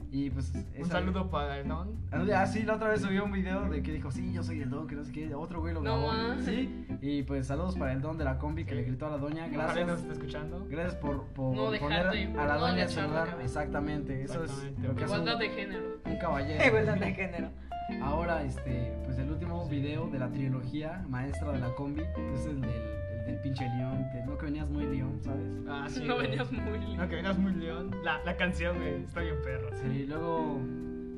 B: Y pues...
C: Un
B: esa-
C: saludo para el non.
B: Ah, sí, la otra vez subió un video de que dijo, sí, yo soy el don, que no sé qué, otro güey lo
A: No
B: grabó.
A: más.
B: sí, y pues saludos para el don de la combi que
C: Sí.
B: le gritó a la doña,
C: Ojalá
B: gracias.
C: nos está escuchando.
B: Gracias por, por
A: No
B: poner
A: dejarte,
B: a
A: no
B: la doña a
A: agacharte,
B: saludar.
A: cabrón.
B: Exactamente, eso es
C: Exactamente.
B: lo que hace
A: Igualdad de
B: un,
A: género.
B: un
A: (laughs)
D: güey.
B: caballero.
D: Igualdad de género.
B: Ahora, este, pues el último video de la trilogía maestra de la combi pues, es el del, el del pinche león, que no que venías muy león, ¿sabes?
C: Ah, sí.
A: (laughs) no
C: güey.
A: venías muy lejos.
C: No, que venías muy león. La, la canción, güey. Está bien perra.
B: Sí, y luego...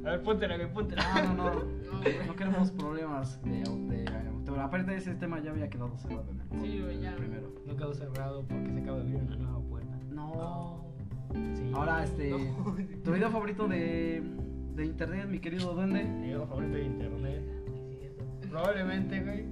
C: A ver, póntela, güey, póntela.
B: Ah, no, no,
A: No, güey.
B: no queremos problemas de... de, de- aparte de ese tema ya había quedado cerrado en el,
A: Sí, güey,
B: en
A: ya.
B: el primero.
C: No quedó cerrado porque se acaba de abrir una nueva puerta.
B: No.
A: Oh.
C: Sí.
B: Ahora, este...
D: No.
B: Tu video favorito de, de internet, mi querido duende.
C: Mi video favorito de internet.
A: Ah,
C: Probablemente, güey.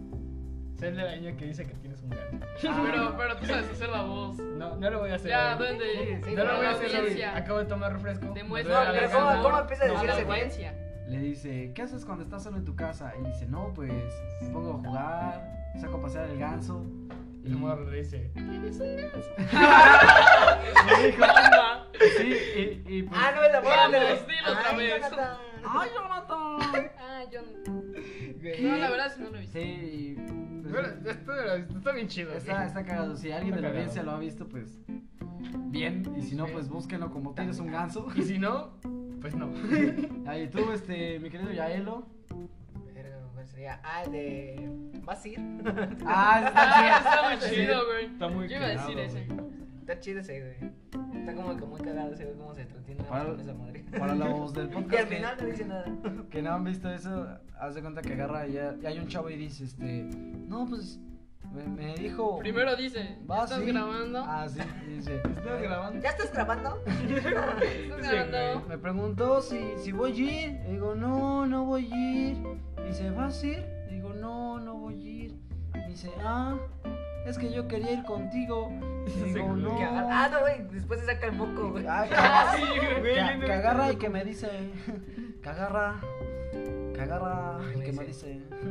C: Sea el de la niña que dice que tienes un gato.
B: Ah.
A: Pero, pero tú sabes hacer la voz.
C: No, no lo voy a hacer.
A: Ya,
C: güey.
A: duende.
D: Sí, sí,
C: No lo voy a
A: la
C: hacer, güey.
A: audiencia.
C: Acabo de tomar refresco.
A: Demuestra.
C: Me duele la
D: No, pero
C: garganta.
D: ¿cómo- cómo empieza a
C: No,
D: decir
A: la
D: ese güey?
B: (laughs)
A: audiencia.
B: le dice, ¿qué haces cuando estás solo en tu casa? Y dice, no, pues me pongo a jugar, saco a pasear el ganso.
C: Y el morro le dice,
A: Bamba.
B: Sí, y, y, pues,
D: Ah, no, es la morra de
A: Vamos, dilo otra vez.
B: ¡Ay, Jonathan!
A: Ah, yo no.
B: Güey.
A: No, la verdad sí no lo he visto.
B: Sí, y, pues,
C: "Mira, esto era- esto está bien chido.
B: está, está cagado. Si alguien de
C: Está
B: la
C: cagado.
B: audiencia lo ha visto, pues bien. Y si no,
C: Sí.
B: pues búsquenlo como tienes un ganso.
C: Y si no, pues no. (laughs)
B: Ay, tú, este, mi querido Yaelo.
D: Verga, ¿cuál sería? Ah, el de. ¿Vas a ir?
B: Ah, ese está
A: Ah, está muy
B: chido.
C: Sí.
A: chido, güey.
C: Está muy
A: Yo iba a decir
C: cagado,
A: ese.
D: Está chido ese, güey. Está como que muy cagado ese, güey, cómo se entretiene
B: Para-
D: con
B: (laughs)
D: esa madre.
B: Para los del podcast.
D: Y al
B: que-
D: final no dice nada.
B: que no han visto eso, haz de cuenta que agarra y, y hay un chavo y dice, este, no, pues, me, me dijo...
A: Primero dice,
B: "Va,
A: ¿estás
B: sí".
A: grabando?
B: Ah, sí, y dice, "Eh,
C: Estás grabando.
D: ¿Ya estás grabando?
A: ¿Estás
C: Sí,
A: grabando?
B: me preguntó si, si voy a ir, y digo, no, no voy a ir, y dice, ¿vas a ir? Y digo, no, no voy a ir, y dice, ah, es que yo quería ir contigo, y
C: Sí,
B: digo,
C: güey.
B: no,
D: Que agarra- Ah, no, güey. Después se saca el moco, güey.
B: Ah,
A: Ah,
B: que-
A: sí, güey.
C: Güey, yo
B: que,
C: no
B: que
C: he
B: agarra y
C: visto
B: que me dice, (laughs) que agarra, que agarra, y
D: Me
B: que me
D: dice.
B: dice...
D: ¿Qué me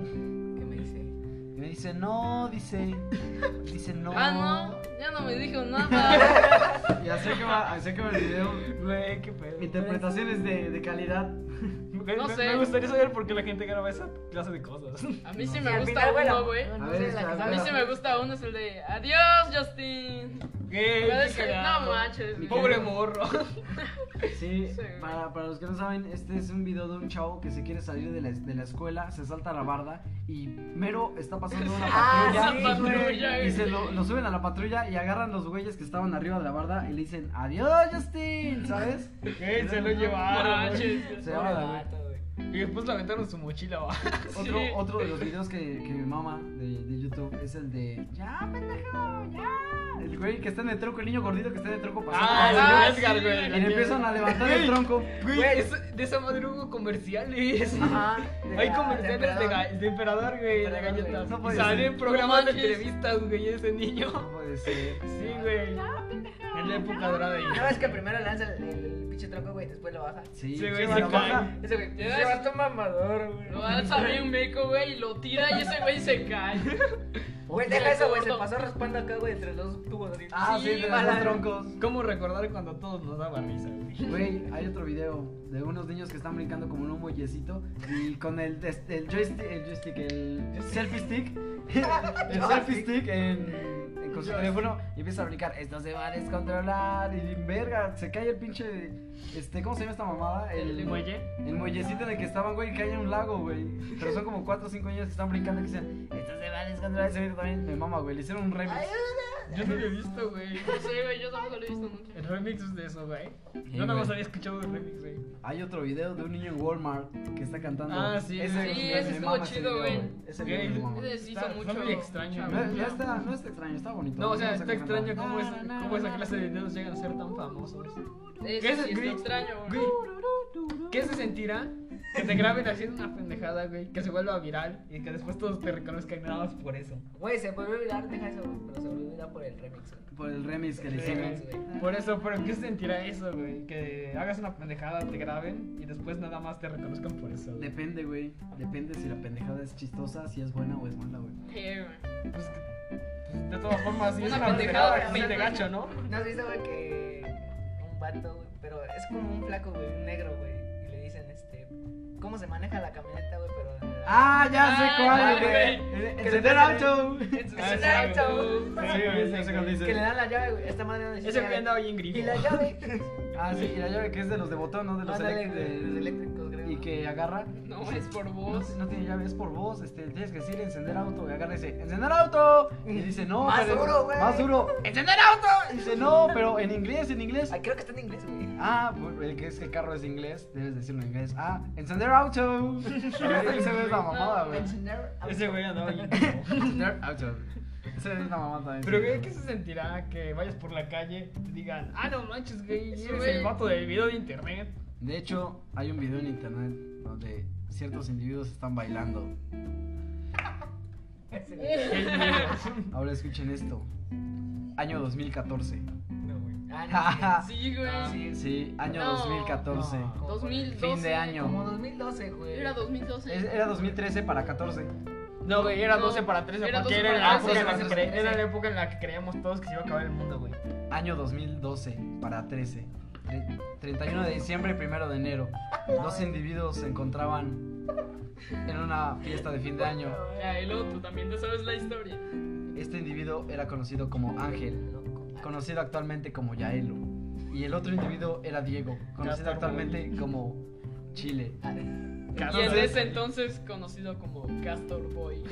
D: dice?
B: Y me dice, no, dice, dice, no.
A: Ah, no, ya no me dijo nada.
B: Y así que va, así que va el video.
C: Güey, qué pedo.
B: Interpretaciones de, de calidad.
C: Me-
A: No
C: me-
A: sé.
C: Me gustaría saber por qué la gente graba esa clase de cosas. (laughs)
A: A mí sí
D: Y
A: me
D: al
A: gusta
D: final, güey, la-
A: uno, güey.
D: no,
B: A
D: no
B: ver,
D: sé, la
B: espera,
D: que
A: A mí
D: sabe.
A: sí me gusta uno, es el de, adiós, Justin.
C: Güey,
A: Pero
C: qué
A: es que no
C: cagado.
A: manches,
B: Mi
A: güey.
C: Pobre morro.
B: Sí,
A: Sí, güey.
B: para, para los que no saben, este es un video de un chavo que se quiere salir de la, de la escuela, se salta a la barda y mero está pasando una
D: Ah,
B: patrulla.
D: sí,
B: y-
A: patrulla,
B: y
A: güey.
B: se lo, lo suben a la patrulla y agarran los güeyes que estaban arriba de la barda y le dicen, adiós, Justin, ¿sabes?
C: Güey, se lo
A: No
C: llevaron. güey.
A: manches.
B: Se
D: Pobre
B: llama la-
D: vato, güey.
C: Y después le aventaron su mochila, va.
B: Otro,
A: Sí.
B: otro de los videos que, que mi mamá de, de YouTube es el de Ya, pendejo, ya. El güey que está en el tronco, el niño gordito que está en el tronco pasando.
C: Ah, el (laughs)
A: ah,
C: de Edgar,
A: sí,
C: güey.
B: y le empiezan a levantar el
C: Güey.
B: tronco.
C: Güey,
D: Güey.
C: es- de esa madre hubo comerciales.
D: Ajá.
C: (laughs)
D: de
C: Hay
D: la-
C: comerciales de,
D: Emperador.
C: ga- de emperador, güey, de
D: Emperador,
B: güey.
C: galletas.
B: No
C: y
B: puede
C: salen
B: ser.
C: programas
A: No
C: de
A: manches.
C: entrevistas, güey, ese niño.
B: No puede ser.
C: Sí, güey. En la época dorada.
D: No,
C: Y...
D: es que primero lanza el, el pinche tronco, güey, después lo baja.
B: Sí,
C: Sí, güey,
B: se
C: se
B: lo
C: cae.
B: baja.
D: Ese güey,
A: Ya
D: se
A: ves.
D: va a mamador, güey.
A: Lo alza bien un meco, güey, y lo tira y ese güey se cae.
D: Güey, deja eso, güey, se
A: gordo.
D: pasó raspando acá, güey, entre los tubos. así.
B: Ah, sí,
A: Sí,
B: de
D: mala.
B: los troncos.
C: ¿Cómo recordar cuando a todos nos daba risa, güey?
B: Güey, hay otro video de unos niños que están brincando como en un muellecito y con el, des- el joystick, el joystick, el selfie stick, (laughs)
C: (laughs)
B: el selfie stick en, en- con su
C: Joystick.
B: teléfono y empieza a brincar, esto se va a descontrolar y verga, se cae el pinche, este, ¿cómo se llama esta mamada?
C: ¿El muelle?
B: El muellecito en el que estaban, güey, cae en un lago, güey. Pero son como 4 o 5 niños que están brincando y que dicen, esto se va a descontrolar. Ese video también me mama, güey, le hicieron un remix.
C: Yo no lo he visto, güey.
A: No sé, güey, yo tampoco lo he visto nunca.
C: El remix de eso, güey.
B: Sí,
C: Yo nada más
B: güey.
C: había escuchado el remix, güey.
B: Hay otro video de un niño en Walmart que está cantando.
C: Ah, sí, sí,
B: me
A: ese estuvo
B: mama
A: chido,
B: video,
A: güey.
B: Ese
C: Güey,
B: video me mama.
A: Ese sí hizo
C: Está- está
A: mucho.
C: muy extraño,
B: No,
A: chavo.
B: no está, no está extraño, está bonito.
C: No, o sea,
B: Vamos a
C: está
B: cantarlo.
C: extraño cómo, es,
B: Na, na,
C: cómo esa
B: na,
C: clase de videos llegan a ser tan famosos.
A: Ese
C: Ese
A: sí está
C: Grinch-
A: extraño, güey.
C: Güey, ¿qué se sentirá que te graben haciendo una pendejada, güey? Que se vuelva viral y que después todos te reconozcan nada más por eso.
D: Güey, se volvió a olvidar, deja eso, güey, pero se volvió a olvidar por el remix, güey.
B: Por el remix que le
D: El
C: Sí,
B: hicieron.
D: remix,
C: güey. Por eso, pero ¿qué se sentirá eso, güey? Que hagas una pendejada, te graben y después nada más te reconozcan por eso. güey.
B: Depende, güey. Depende si la pendejada es chistosa, si es buena o es mala, güey.
A: Eh, güey.
C: Pues, pues, de todas formas, si es
A: Una
C: una
A: pendejada que
C: pendejada, que
A: se
C: te gacho, ¿no?
D: ¿No has visto, güey, que un vato, güey, pero es como un flaco, güey, un negro, güey, y le dicen, este, cómo se maneja la camioneta, güey, pero...
B: Ah, ya sé
A: Ah,
B: cuál,
A: güey.
B: güey.
D: Que
B: Encender
D: le-
B: auto. (laughs)
D: Es un
C: Ah, sí,
D: auto,
C: güey. Sí, güey, sí,
B: Ese cuando
C: güey.
B: dice-
D: Que le dan la llave, güey, esta madre no dice
C: Ese
D: llave.
C: güey andaba bien gringo.
D: Y la llave...
B: Ah, sí, y la llave que es de los de botón, no de los
D: Ándale,
B: elec-
D: güey,
B: de-
D: los eléctricos, creo.
B: Y que agarra.
A: No, es por
B: No,
A: vos.
B: no tiene llave, es por vos, este, tienes que decir encender auto, y agarra y dice, encender auto, y dice, no,
D: Más
B: pero-
D: duro, güey.
B: más duro, encender auto, y dice, no, pero en inglés, en inglés,
D: Ay, creo que está en inglés, güey.
B: ah, pues, el que es que el carro es inglés, debes decirlo en inglés, ah, encender auto, (laughs) ese güey es la mamada, güey,
A: Ah,
C: Ese güey andaba bien
A: (laughs)
C: gringo.
B: encender auto, ese güey es la mamada también,
C: Pero, güey, ¿qué se sentirá que vayas por la calle y te digan, ah, no manches, güey,
A: Sí,
C: eres
A: güey.
C: el vato del video de
A: (laughs)
C: internet?
B: de hecho, hay un video en internet donde ciertos individuos están bailando,
D: Ese güey.
A: Eh.
B: ahora escuchen esto, año 2014,
C: No, güey.
D: Ah, no, sí.
A: Sí, güey.
D: No, sí.
B: Sí, año
A: No,
B: 2014.
C: no.
D: Como
A: 2012.
B: Fin de
D: Como
B: año.
D: 2012, güey.
A: Era 2012.
B: Es- Era 2013 para 14.
C: No, güey, era
A: No,
C: 12 para 13
A: era
C: porque
A: 12
C: era
A: para
C: la,
A: 13,
C: época en la que
D: sí,
C: cre-
D: sí.
C: era la época en la que creíamos todos que se iba a acabar el mundo, güey.
B: Año 2012 para 13. Tre- 31 de diciembre y 1 de enero. Dos individuos se encontraban en una fiesta de fin de año.
A: Ya, el otro también, tú sabes la historia.
B: Este individuo era conocido como Ángel, conocido actualmente como Yaelo. Y el otro individuo era Diego, conocido
C: Gaspar
B: actualmente como Chile.
A: Y en
B: Entonces,
A: ese entonces conocido como Castor
B: (laughs)
A: Boy.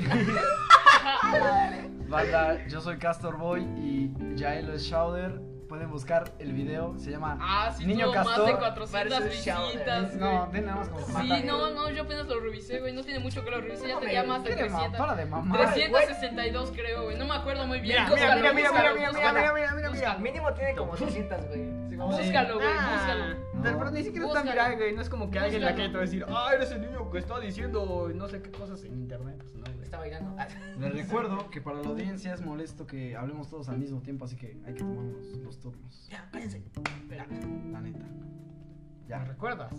B: banda, yo soy Castor Boy y Yaelo es Shouder. Pueden buscar el video, se llama
A: Ah, sí,
B: Niño
A: tuvo
B: Castor.
A: más de 400
D: versus Shower.
A: visitas.
B: No,
A: güey.
B: tiene nada más como
A: Sí, no, no, yo apenas lo revisé, güey. No tiene mucho que lo revisé, ya tenía más de
B: Tiene ma-
A: 300.
B: Para de mamar.
A: 362 creo, güey. No me acuerdo muy bien.
C: Mira, mira,
A: Búscalo,
C: mira, mira,
A: búscalo,
C: mira, mira,
A: búscalo.
C: mira, mira, mira, mira.
D: Al mínimo tiene como 200, güey. Sí, vamos a-
A: Búscalo, güey,
C: Ah.
A: búscalo.
B: No.
C: Pero ni siquiera está
A: Búscalo.
C: viral, güey. No es como que alguien la
A: Búscalo.
C: quiera decir, ah, eres el niño que está diciendo no sé qué cosas en internet. Pues no, güey.
D: Está bailando. Ah,
B: Les recuerdo que para la audiencia es molesto que hablemos todos al mismo tiempo, así que hay que tomarnos los turnos.
D: Ya, cállense.
C: Espera,
B: La neta.
C: ¿me
B: Ya,
C: recuerdas?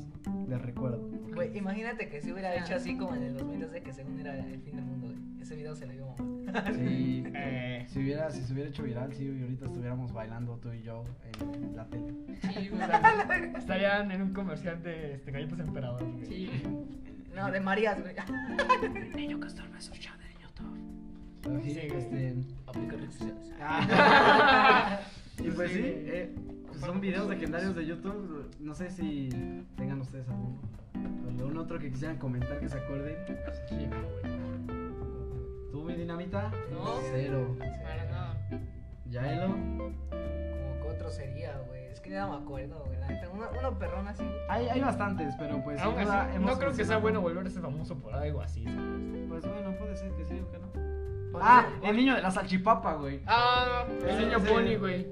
B: les recuerdo.
D: Güey, imagínate que si hubiera hecho así como en el 2012, que según era el fin del mundo, güey. Ese video se lo dio mamá.
B: Sí,
C: Eh.
B: si, hubiera, si se hubiera hecho viral, sí, y ahorita estuviéramos bailando tú y yo en la tele.
A: Sí, güey.
C: Estarían en un comercial de este, galletas emperador. güey.
A: Sí.
D: No, de Marías, güey.
B: Niño Castor me escucha de YouTube.
C: Sí, güey.
B: este.
D: Aplica redes sociales.
A: Ah,
B: Y pues sí, eh, pues son videos legendarios de YouTube. No sé si tengan ustedes alguno. Algún otro que quisieran comentar que se acuerden. ¿Tú, mi dinamita?
A: No.
B: Cero.
A: Para nada.
B: ¿Yaelo?
D: Como que otro sería, güey. Es que ya no me acuerdo, güey. La neta, Uno, uno perrón
A: (laughs)
D: así, güey.
B: Hay, hay bastantes, pero pues. sin
C: Aún así,
B: duda hemos
C: no creo que sea
B: mencionado-
C: bueno volverse famoso por algo así. ¿sabes?
B: Pues bueno, puede ser que sí o que no.
D: Ponle-
B: Ah, el
D: ponle-
B: niño de la salchipapa, güey.
A: Ah,
C: El niño
B: Sí.
C: pony, güey.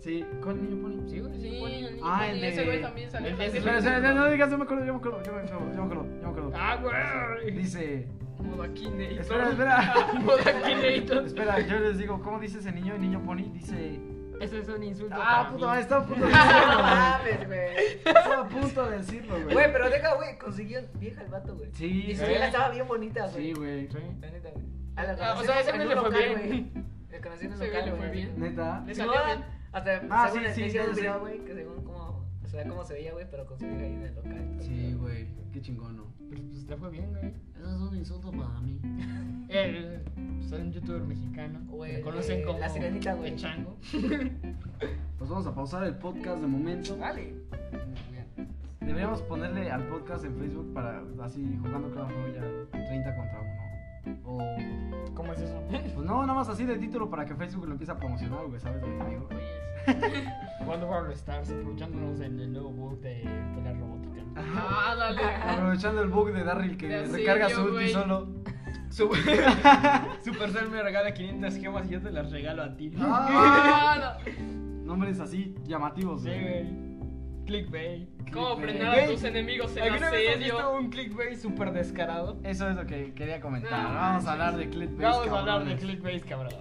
B: Sí, ¿cuál niño pone?
C: Sí, güey.
A: sí, el niño
B: Ah,
A: Pony,
B: el de-
A: ese güey también salió.
C: el de-
B: Espera, espera, espera, no digas, yo me acuerdo, yo me acuerdo, yo me acuerdo, yo me acuerdo, yo me acuerdo.
C: Ah, güey.
B: Dice.
A: Modakinator. (laughs)
B: Espera, (laughs) espera.
A: Modakinator.
B: Espera, yo les digo, ¿cómo dice ese niño, el niño pony? Dice.
C: Eso es un insulto.
B: Ah,
C: para
B: puta
C: mí.
B: madre, estaba a punto de decirlo. güey. Estaba a punto
D: No mames, güey.
B: de decirlo, güey.
D: Güey, pero deja, güey. Consiguió vieja el vato, güey.
B: Sí,
D: Y su
C: ¿eh?
D: vieja estaba bien bonita,
B: Sí,
D: güey.
B: güey.
C: Sí.
D: La neta, güey. Ah, la
A: Ah, o
D: conocí
A: sea,
D: en
A: ese
D: un
A: güey le fue
D: local,
A: (laughs) bien.
D: güey. La conocí en un
A: Ese güey
D: local,
A: le fue
D: güey.
A: bien.
B: Neta.
A: Le
D: Sí,
A: salió
D: ¿no?
A: bien.
D: Hasta
B: Ah,
D: según
B: sí,
D: el
B: sí,
D: que hizo
B: ya
D: un
B: sé.
D: video, güey, que según cómo, o sea, cómo se veía, güey, pero con su vieja ahí en el local.
B: Sí, güey. Qué chingón, ¿no?
C: Pero pues le fue bien, güey.
B: Eso es un insulto para mí.
C: Él, pues, es un youtuber mexicano.
D: O
C: Le
D: el
C: conocen
D: de
C: como
D: La Sirenita, güey.
C: El Chango.
B: Pues vamos a pausar el podcast de momento.
D: Vale.
B: Deberíamos ponerle al podcast en Facebook para así jugando con la familia 30 contra 1. O.
C: ¿Cómo es eso?
B: Pues no, nada más así de título para que Facebook lo empiece a promocionar, güey, ¿sabes lo que te digo?
C: Jugando Brawl Stars, aprovechándonos en el nuevo bug de pelea robótica.
A: Ah, dale.
C: (laughs)
B: Aprovechando el bug de Darryl que
A: Ya sé,
B: recarga
A: yo,
B: su ulti
A: güey.
B: solo.
C: Ah, (laughs) Supercell me regala 500 gemas y yo te las regalo a ti.
A: Ah, no.
B: Nombres así llamativos,
C: Sí,
B: güey.
C: güey. Clickbait.
A: ¿Cómo
B: Clickbait.
A: frenar a
C: Güey,
A: tus enemigos en
C: ¿Alguna vez has visto
A: asedio?
C: un clickbait súper descarado?
B: Eso es lo que quería comentar.
A: No,
B: Vamos a hablar
A: sí.
B: de clickbait.
C: Vamos a hablar de
B: cabrones.
C: clickbait, cabrón.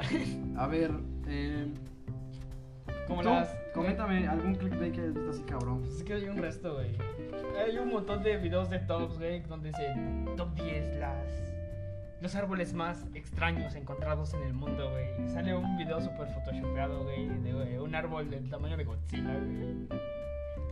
B: A ver, eh,
C: Como
B: tú,
C: las.
B: coméntame algún clickbait que hayas visto así, cabrón.
C: Pues es que hay un resto, güey. Hay un montón de videos de tops, güey, donde dice top 10 las los árboles más extraños encontrados en el mundo, güey. Y Sale un video súper photoshopeado, güey, de eh, un árbol del tamaño de Godzilla, güey.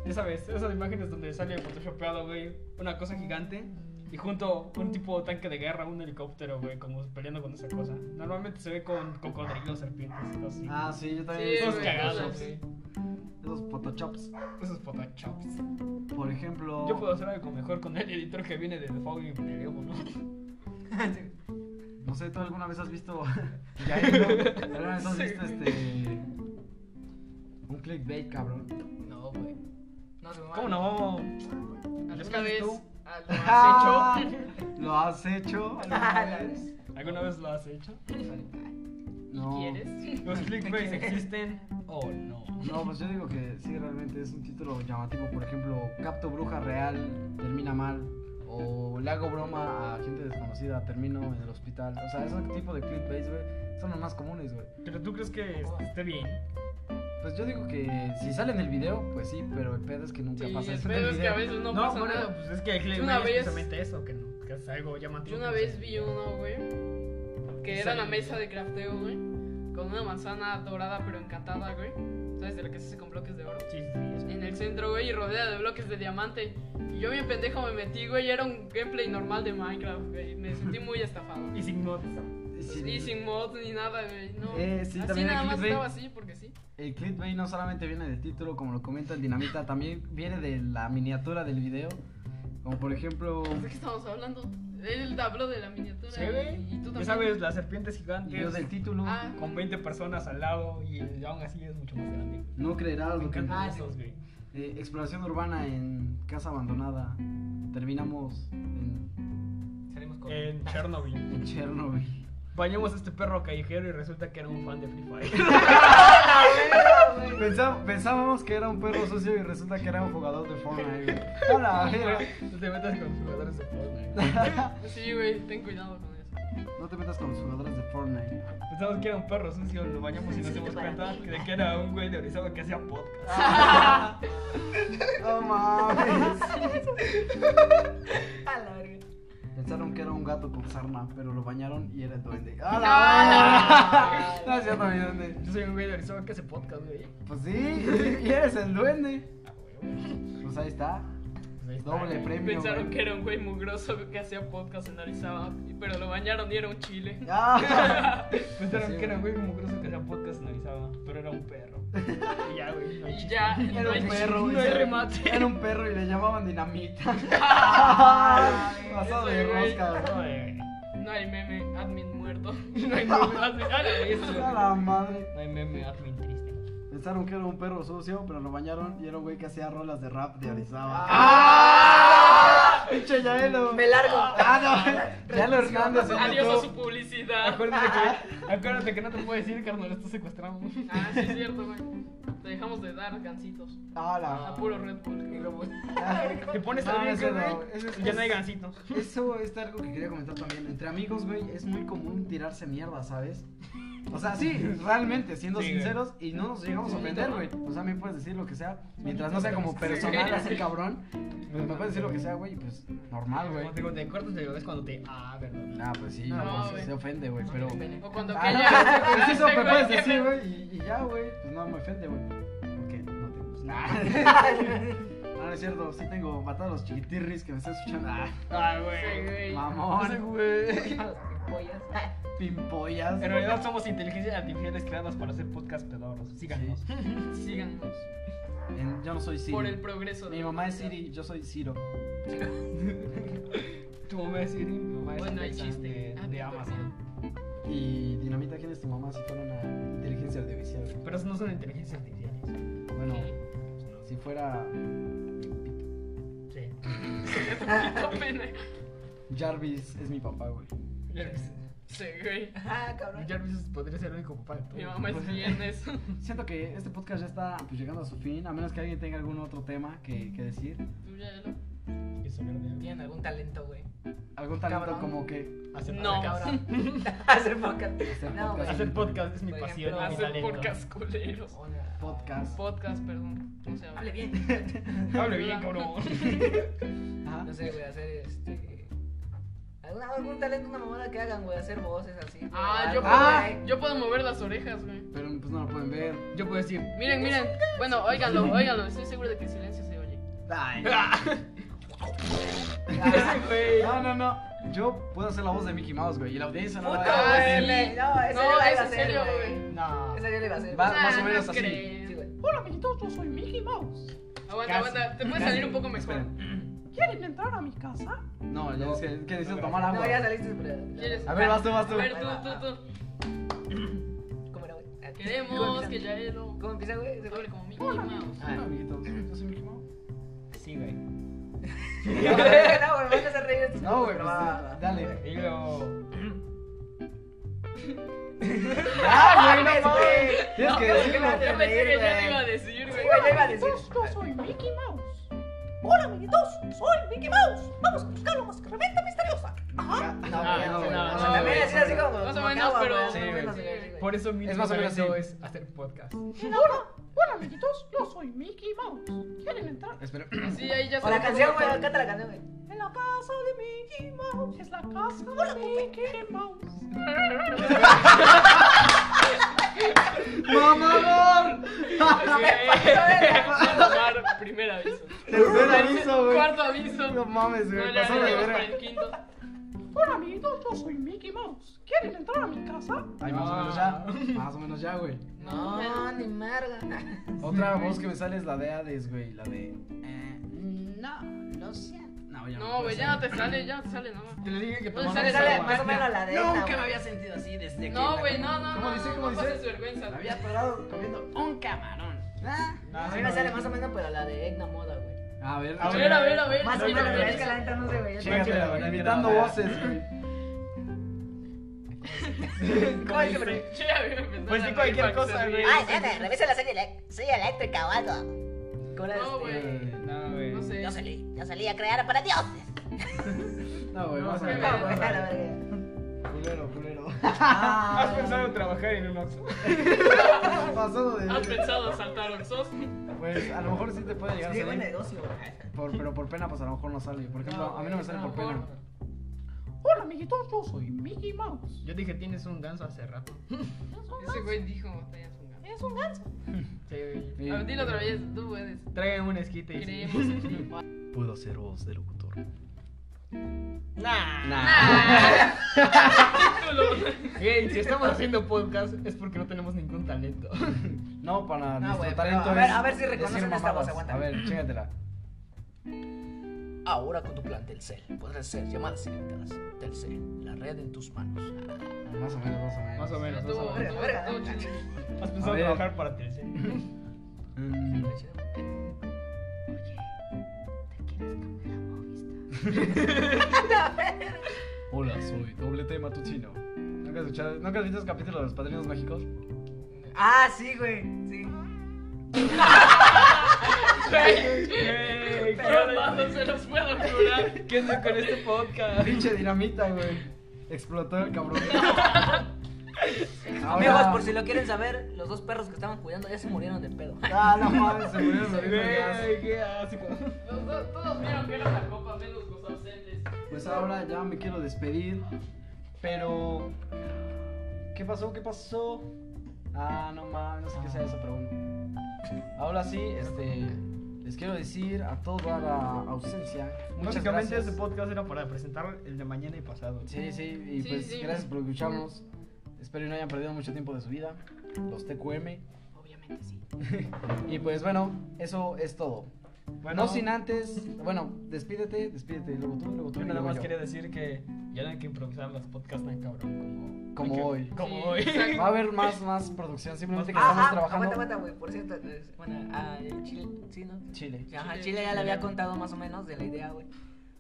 C: Ya sabes, esas imágenes donde sale photoshopeado, güey, una cosa gigante y junto un tipo tanque de guerra, un helicóptero, güey, como peleando con esa cosa. Normalmente se ve con cocodrilos, serpientes y cosas así.
B: Ah, sí, yo también.
A: Sí,
B: he
C: Todos
B: visto
A: güey,
C: cagados,
A: cosas.
C: güey.
B: Esos photoshops.
C: Esos photoshops.
B: Por ejemplo.
C: Yo puedo hacer algo mejor con el editor que viene de Default y me veo, ¿no?
B: No sé, ¿tú alguna vez has visto. (laughs) ya,
A: (laughs)
B: ¿no? ¿Alguna vez has
C: Sí.
B: visto este. Un clickbait, cabrón?
D: No, güey. No se me va.
C: ¿Cómo no?
A: ¿Alguna vez ah, lo
B: Ah,
A: has hecho?
B: ¿Lo has hecho?
D: Ah, la vez.
C: ¿Alguna vez lo has hecho?
B: No.
A: ¿Quieres? (laughs)
C: ¿Los clickbaits existen o no?
B: No, pues yo digo que sí, realmente es un título llamativo. Por ejemplo, Capto Bruja Real, termina mal. O le hago broma a gente desconocida, termino en el hospital. O sea, ese tipo de clickbaits, güey, son los más comunes, güey.
A: Oh.
C: ¿Pero tú crees que esté bien?
B: Pues Pues yo digo que si sale en el video, pues sí, pero el pedo es que nunca
A: Sí,
B: pasa
A: el
B: eso en el
A: pedo es que a
B: video.
A: veces no,
C: No,
A: pasa
C: bueno,
A: nada.
C: pues es que el clip
A: Yo una
C: es
A: vez-
C: precisamente eso, que, no, que es algo
A: Yo
C: llamativo. pues, eh,
A: una vez vi uno, güey, que era la mesa de crafteo, güey, con una manzana dorada pero encantada, güey. ¿Sabes? De la que se hace con bloques de oro.
C: Sí, sí, sí, eso.
A: En el centro, güey, y rodeada de bloques de diamante. Y yo bien pendejo me metí, güey, y era un gameplay normal de Minecraft, güey. Me sentí muy
B: (laughs)
A: estafado.
C: Y sin mods.
B: Sí,
A: Y sin mods ni nada, güey. No.
B: Eh, sí,
A: así
B: también
A: nada
B: el
A: más
B: clickbait.
A: estaba así porque sí.
B: El clickbait no solamente viene del título, como lo comenta el Dinamita, también viene de la miniatura del video. Como por ejemplo,
A: ¿De qué estamos hablando? Él habló de la miniatura.
C: Sí,
A: y-
C: güey.
A: Y tú
C: Ya
A: también.
C: sabes, las serpientes
B: yo
C: gigantes
B: del título,
A: Ah,
C: con 20 personas al lado y aún así es mucho más grande.
B: no creerás
C: Me
B: lo que
C: encantan
D: Ah, sí.
C: esos, güey.
B: Eh, exploración urbana en casa abandonada. Terminamos en,
D: Salimos
B: Eh.
D: con.
C: En Chernobyl.
B: en Chernobyl.
C: Bañamos a este perro callejero y resulta que era un fan de Free Fire. (laughs)
B: Pensá- pensábamos que era un perro sucio y resulta que era un jugador de Fortnite. güey. A la verga.
C: No te metas con los jugadores de Fortnite.
A: sí, güey, ten cuidado con eso.
B: No te metas con los jugadores de Fortnite.
C: Pensamos que era un perro sucio, lo bañamos y nos dimos cuenta de que era un güey de Orizaba que hacía podcast.
B: No mames.
A: Ah,
D: A la verga.
B: Pensaron que era un gato con sarna, pero lo bañaron y era el
A: (laughs)
B: duende. ¡A
A: Ah,
B: la verga! No es cierto, mi duende.
C: Yo soy un güey de Orizaba que hace podcast, güey.
B: Pues sí, (laughs) y eres el duende.
C: Ah, güey, güey.
B: Pues ahí está.
C: Pues ahí está,
B: Doble
C: güey.
B: premio.
A: Pensaron
B: güey.
A: que era un güey mugroso que hacía podcast en Arizaba, pero lo bañaron y era un chile.
B: Ah. (laughs)
C: Pensaron
B: Sí,
C: que era un güey como grueso que hacía podcast en Orizaba, pero era un perro. Y ya, güey.
A: (laughs)
C: no hay
A: Y
C: chiste.
A: ya, y
B: Era
A: no hay
B: un
A: chile.
B: perro, güey.
C: No hay remate.
B: Era
A: (laughs)
B: un perro y le llamaban dinamita. (laughs)
A: Ay,
B: Pasado de
A: ese güey.
B: rosca,
C: No,
B: güey.
C: güey.
A: No hay meme, admin muerto.
C: No hay meme admin. Ah, la bestia.
B: A la madre.
C: No hay meme admin triste.
B: Pensaron que era un perro sucio, pero lo bañaron y era un güey que hacía rolas de rap de Orizaba.
A: Ah.
B: ¡Ah! ¡Pinche Yaelo!
D: Me largo.
B: ¡Ah, no! (laughs) Yaelo Hernández en
A: Adiós a su
B: YouTube.
A: publicidad.
C: Acuérdate que, acuérdate que no te puedo decir, carnal, esto secuestramos.
A: Ah, sí es cierto, güey. Te dejamos de dar gancitos.
B: ¡A
A: A
B: Ah, (laughs) la!
A: Ah, puro Red Bull.
C: Te pones
B: No,
C: a ver,
B: eso no,
C: güey,
B: eso es-
C: ya no hay gancitos.
B: Eso es algo que quería comentar también. Entre amigos, güey, es muy común tirarse mierda, ¿sabes? O sea,
C: (laughs)
B: sí, realmente, siendo
C: Sí, güey.
B: sinceros, y no nos llegamos a ofender, güey. O sea, a mí me puedes decir lo que sea, mientras no sea como personal, así
C: (laughs)
B: cabrón. Pues me puedes decir lo que sea, güey, y pues normal, güey.
C: Como te digo, te cortas de es cuando te. Ah, verdad.
B: Nah, pues sí,
A: No,
B: pues,
A: güey.
B: se ofende, güey, pero...
A: O cuando
B: Ah,
A: aquella. (laughs)
B: no, pues, eso me
A: Este
B: puedes
A: güey,
B: decir,
A: ¿qué
B: güey, y, y ya, güey. Pues no, me ofende, güey. Porque no te pues,
C: (laughs)
B: nada. No, no es cierto, sí tengo matado a los chiquitirris que me están escuchando. Ah,
C: Ah,
A: Sí, güey.
C: Ese
B: mamón,
C: güey.
D: Pollas.
A: Ah.
B: pimpollas.
C: En realidad somos inteligencias artificiales creadas para hacer podcast pedorros. Síganos.
A: Síganos.
B: En- yo no soy Siri.
A: Por el progreso. de
B: Mi
A: la
B: mamá es
A: humanidad. (laughs)
B: Siri, yo soy Ciro.
C: Tu mamá es Siri, mi mamá es
A: Bueno, hay
C: Alexa
A: chiste.
C: de,
A: Ah,
C: de
A: qué
C: Amazon.
B: Y Dinamita, ¿quién es tu mamá si fuera una inteligencia artificial?
C: Pero eso no son inteligencias artificiales.
B: Bueno, si fuera
C: Sí.
A: perdido. Qué pena.
B: Jarvis, es mi papá, güey.
C: Jarvis.
A: Sí, güey.
D: (laughs) Ah, cabrón.
C: Jarvis podría ser el único papá de todos.
A: Mi mamá es
B: (laughs)
A: viernes.
B: Siento que este podcast ya está pues, llegando a su fin, a menos que alguien tenga algún otro tema que, que decir.
A: Tú ya lo-
C: Y eso era de-
D: Tienen algún talento,
B: (laughs)
D: güey.
B: Algún talento
D: Cabrón.
B: como que
C: Hacer
A: No.
C: podcast.
D: Cabrón. (laughs) Hacer podcast.
B: hacer
D: No,
B: podcast.
C: Hacer podcast es mi
D: Por
C: pasión.
D: ejemplo,
C: mi
D: hacer
A: Hacer
C: talento.
A: podcast culeros.
D: Hola.
B: Podcast.
A: Podcast, perdón. No se
D: Hable
A: habla.
B: (laughs)
D: bien.
C: (laughs) Hable bien, cabrón.
B: Ajá.
D: No sé, güey, hacer este. Alguna, algún talento, una mamada que hagan, güey, hacer voces así. güey,
A: Ah,
D: algo,
A: yo puedo,
B: Ah.
D: güey.
A: yo puedo mover las orejas, güey.
B: Pero pues no lo pueden ver.
C: Yo puedo decir.
A: Miren, miren. Bueno, óiganlo, óiganlo. Estoy seguro de que el silencio se oye.
B: (laughs) Ay.
D: Ah,
C: güey.
B: No, no, no. Yo puedo hacer la voz de Mickey Mouse, güey. Y la
A: (laughs)
B: audiencia no la
D: puta,
B: va a
A: Ah,
D: güey.
A: sí.
B: ver.
D: No, esa
A: No,
D: yo la
A: es
D: iba a
A: en
D: hacer,
A: serio,
D: güey.
C: No.
D: Esa yo la iba a hacer.
B: Va- más
D: güey.
B: o
A: Ah, no
B: menos así.
A: creo.
D: Sí, güey.
B: Hola, amiguitos, yo soy Mickey Mouse.
A: Aguanta,
C: Casi.
A: aguanta. Te puede salir un poco mejor.
B: Esperen. ¿Quieren entrar a mi casa? No, ya
C: No.
B: es que, que necesito
C: No,
B: tomar agua.
D: No, ya saliste, pero.
A: ¿Quieres?
B: A ver, vas tú, vas tú.
A: A ver,
D: Ahí
A: tú,
D: va,
A: tú,
D: va.
A: tú.
D: ¿Cómo era, güey? Ah, ¿cómo
A: (laughs) Queremos
D: empieza?
A: que ya lo
D: ¿Cómo empieza, güey? Se
A: hable
D: fue.
A: como Mickey
B: Hola,
A: Mouse.
B: amiguitos. Hola, amiguitos. Yo soy Mickey Mouse.
C: Sí, güey.
D: (laughs) No, güey, me van a hacer reír estos
B: No, güey,
D: pero
B: pues
D: va, (laughs) va.
B: dale.
C: Y luego.
B: ¡Ah, güey,
D: Mames,
B: no mames!
D: güey.
B: Tienes
D: No,
B: que
D: güey,
B: decirlo.
D: no,
A: Yo
D: no,
A: pensé que ya
D: güey.
A: lo iba a decir, güey.
D: Güey, ya iba a decir.
E: Yo soy Mickey Mouse. Hola, amiguitos, soy Mickey Mouse. Vamos a buscar la mascarita misteriosa. Ajá.
B: No, güey, no, güey.
C: No,
D: O
B: no,
D: sea,
A: no,
B: güey.
D: también así, así como.
A: Más o
D: como
A: menos,
D: acaba,
A: pero-
D: güey,
A: Sí,
D: más o
C: güey.
D: menos, güey, güey.
C: Por eso mi
B: Es más o menos
C: talento
B: así.
C: es hacer podcast.
E: Hola, hola, amiguitos, yo soy Mickey Mouse. ¿Quieren entrar?
B: Espera.
A: Sí, ahí ya
D: O la canción, güey, canta la canción, güey.
E: En la casa de Mickey Mouse. Es la casa de Mickey Mouse.
B: ¡Mamador!
A: Mar, primer aviso.
B: Tercer aviso, güey.
A: Cuarto aviso.
B: No mames,
A: No,
B: güey.
A: ya
B: Pasó de
A: llegamos para
B: verga.
A: el quinto.
E: Hola amiguitos, yo soy Mickey Mouse. ¿Quieren entrar a mi casa?
B: Ay, más o menos ya. Más o menos ya, güey.
D: No, ni merga.
B: Otra voz que me sale es la de Hades, güey. La de.
D: No, no sé.
B: No, ya
A: No, güey, ya no te sale, ya no te sale nada.
C: Te dije que
A: No,
C: tomamos
A: sale-
D: Sale
C: agua.
D: más o menos la de esta,
B: Nunca
D: güey.
B: me había sentido así desde que.
A: No, güey, no, no,
B: ¿Cómo
A: no.
B: dice?
A: no,
B: ¿Cómo
A: No pases
B: dice?
A: vergüenza.
B: Me
A: (laughs)
B: había parado comiendo un camarón.
D: Ah,
C: No,
D: a
C: sí
D: mí
C: me
D: me sale
C: vi.
D: más o menos, pero la de Egna Moda, güey.
B: A ver,
A: A ver, a ver, a ver.
D: Más o
A: sí,
D: menos,
A: no,
D: pero
A: no,
D: es que la neta no sé, güey.
B: Chécate,
C: Chécatela,
B: güey,
C: güey,
B: imitando
C: mira,
B: voces, güey.
D: ¿Cómo es que me-
A: Sí, a mí me empezó
C: Pues
A: a
C: sí,
A: reír
C: cualquier
A: para que
C: cosa,
A: se
C: güey.
A: ríe.
C: Ay,
D: nene, revisa la serie elec- soy eléctrica o algo. ¿Cómo era
A: No,
D: este?
A: güey.
C: No, güey.
A: No sé.
D: salí, yo salí a crear para dioses.
B: No, güey, vamos a ver.
D: No, güey,
B: vamos a
D: está la
B: ver.
D: verga.
B: Culero, culero. (laughs)
C: ¿Has
D: Ah,
C: pensado en trabajar en un Oxxo?
B: Pasado de.
A: ¿Has pensado saltar Oxos?
B: Pues a lo mejor sí te puede llegar
D: qué
B: a
D: buen
B: salir.
D: negocio, güey.
B: Por, pero por pena, pues a lo mejor no sale. Por ejemplo, a mí no me sale por
A: güey,
B: pena.
E: Hola amiguitos, yo soy Mickey Mouse.
C: Yo dije, tienes un ganso hace rato.
E: Es un
A: Ese
E: ganso.
A: güey dijo, "Tenías un gato".
E: Es un ganso.
C: Sí, güey.
A: A ver, dilo otra vez, tú puedes.
C: Tráigame un esquite. y-
A: Creemos en ti.
B: Puedo hacer voz de locutor.
C: Nah.
A: Título.
C: Güey, si estamos haciendo podcast es porque no tenemos ningún talento.
B: No, para
D: No,
B: nuestro
D: güey, pero
B: talento
D: a ver,
B: es
D: a ver si
B: decir
D: reconocen esta
B: mamadas.
D: voz, aguanta.
B: A ver, chécatela.
F: Ahora con tu plan Telcel podrás hacer llamadas ilimitadas. Telcel, la red en tus manos.
B: Más o menos, más o menos.
C: Más o menos, más
A: Estuvo-
C: o menos.
A: estuvo-
D: verga,
A: estuvo
D: verga.
A: chido.
C: ¿Has pensado
B: ver.
C: trabajar para Telcel?
B: Mm, Hola, soy Doble T Matutino. ¿Nunca has, escuchado, ¿Nunca has visto los capítulos de Los Padrinos Mágicos?
D: Ah, sí, güey. Sí.
C: Güey,
A: Pero no se los puedo jurar.
C: ¿Qué onda con este podcast?
B: Pinche dinamita, güey. Explotó el cabrón.
D: Amigos, por si lo quieren saber, los dos perros que estaban cuidando ya se murieron de pedo.
B: Ah, no mames, se murieron los gas.
C: Güey, qué asco.
A: Los dos- Todos vieron que era la copa, menos los ausentes.
B: Pues ahora ya me quiero despedir. Pero. ¿Qué pasó? ¿Qué pasó? Ah, no mames, no sé qué sea eso, pero bueno. Ahora sí, este. Les quiero decir a toda la ausencia. Muchas
C: Básicamente
B: gracias.
C: este podcast era para presentar el de mañana y pasado.
B: Sí, sí, y
A: Sí,
B: pues
A: sí.
B: gracias por escucharnos. Espero que no hayan perdido mucho tiempo de su vida. Los TQM.
A: Obviamente sí.
B: Y pues bueno, eso es todo.
C: Bueno,
B: no sin antes. Bueno, despídete, despídete. Luego tú, luego tú.
C: yo
B: y
C: nada
B: luego
C: más
B: yo.
C: quería decir que ya no hay que improvisar los podcasts tan cabrón como,
B: Como
C: hay que-
B: hoy.
C: Como
A: Sí,
C: hoy.
A: exacto.
B: Va a haber más, más producción, simplemente que
D: Ah,
B: estamos
D: ah,
B: trabajando.
D: Aguanta, aguanta, güey. Por cierto, es- bueno, ah, el Chile, sí, ¿no?
B: Chile.
D: Ajá,
A: Chile,
D: Chile, ya le había
A: Chile.
D: contado más o menos de la idea, güey.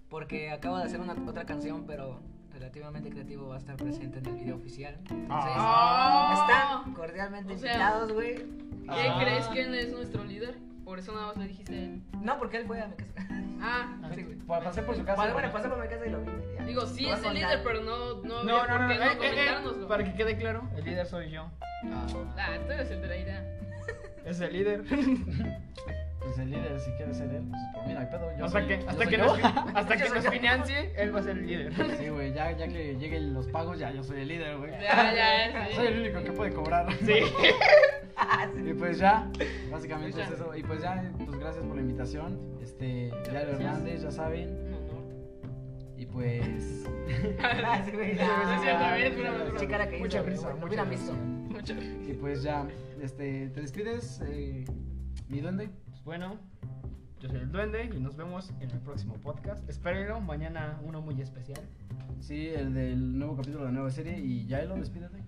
D: Porque acabo de hacer una, otra canción, pero relativamente creativo va a estar presente en el video oficial. Entonces,
A: Ah.
D: están cordialmente
A: O sea-
D: invitados, güey.
A: ¿Qué
C: Ah.
A: crees que él es nuestro líder? Por eso nada más le dijiste a él.
D: No, porque él fue a mi casa.
A: Ah,
D: Sí, güey.
B: Pa- pasé por su casa.
D: Bueno, bueno, pasé por mi casa y lo vi. ya.
A: digo, sí
D: Lo voy a
A: es el
D: contar.
A: líder, pero no. No,
C: (laughs) No, no, no, no,
A: porque
C: eh, eh, eh,
A: comentárnoslo.
C: para que quede claro, el líder soy yo.
A: Ah, tú eres el de la idea.
C: Es el líder.
B: Pues el líder, si quiere ser él, pues por mí no hay pedo. Yo
C: hasta
B: soy-
C: que,
B: yo
C: hasta
B: soy
C: que,
B: yo. (laughs)
C: nos, hasta que nos financie, él va a ser el líder.
B: Sí, güey, ya, ya que lleguen los pagos, ya yo soy el líder, güey.
A: Ya, ya,
B: (laughs) Ah, Soy
A: sí.
B: el único que puede cobrar.
C: Sí.
B: (laughs) Y pues ya, básicamente es eso. Y pues ya, pues gracias por la invitación. Este, Yario Hernández, ya saben.
A: Un honor. (laughs)
B: Y pues.
D: (laughs) Ah, sí, güey.
A: es cierto,
D: Ah,
A: güey, es una broma.
D: sí, cara que hizo,
C: Mucha
D: güey,
C: risa,
D: güey,
C: mucha
D: Lo hubieran
C: risa.
D: visto.
A: Muchas gracias.
B: Y pues ya, este, te despides, eh, mi duende.
C: Pues Bueno, yo soy el duende y nos vemos en el próximo podcast. Espérenlo, mañana uno muy especial.
B: Sí, el del nuevo capítulo de la nueva serie. Y Yailo, despídete.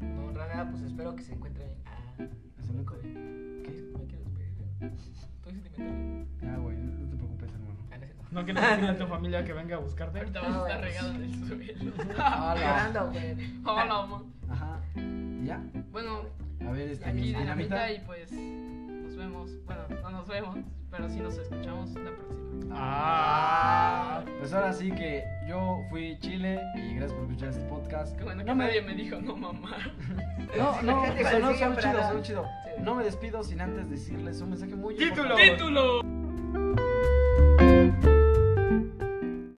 D: No, Rana, pues espero que se encuentre bien. Ah,
B: Excelente.
D: ¿qué? Me quiero despedir. Estoy sentimental.
B: Ah, güey, no te preocupes, hermano.
D: Ah, no es cierto.
B: (laughs)
C: No quieres decirle a tu familia que venga a buscarte.
A: Ahorita vas a estar regado en el suelo. (laughs)
D: Ah,
B: Hola.
D: Llorando, güey.
A: Hola, mamá.
B: Ajá. ¿Y ¿Ya?
A: Bueno,
B: A ver, este,
A: aquí
B: mi
A: dinamita
B: dinamita.
A: y pues. Nos vemos. vemos. Bueno, no nos vemos, pero sí nos escuchamos la próxima.
B: Ah, pues ahora sí que yo fui Chile y gracias por escuchar este podcast.
A: Qué bueno que
B: No me-
A: nadie me dijo no mamá. (laughs)
B: No, no,
D: Sí,
B: o sea, no,
D: sí,
B: son
D: pero
B: chidos,
D: no.
B: son chidos.
D: Sí.
B: No me despido sin antes decirles un mensaje muy
C: Título.
B: importante.
A: ¡Título!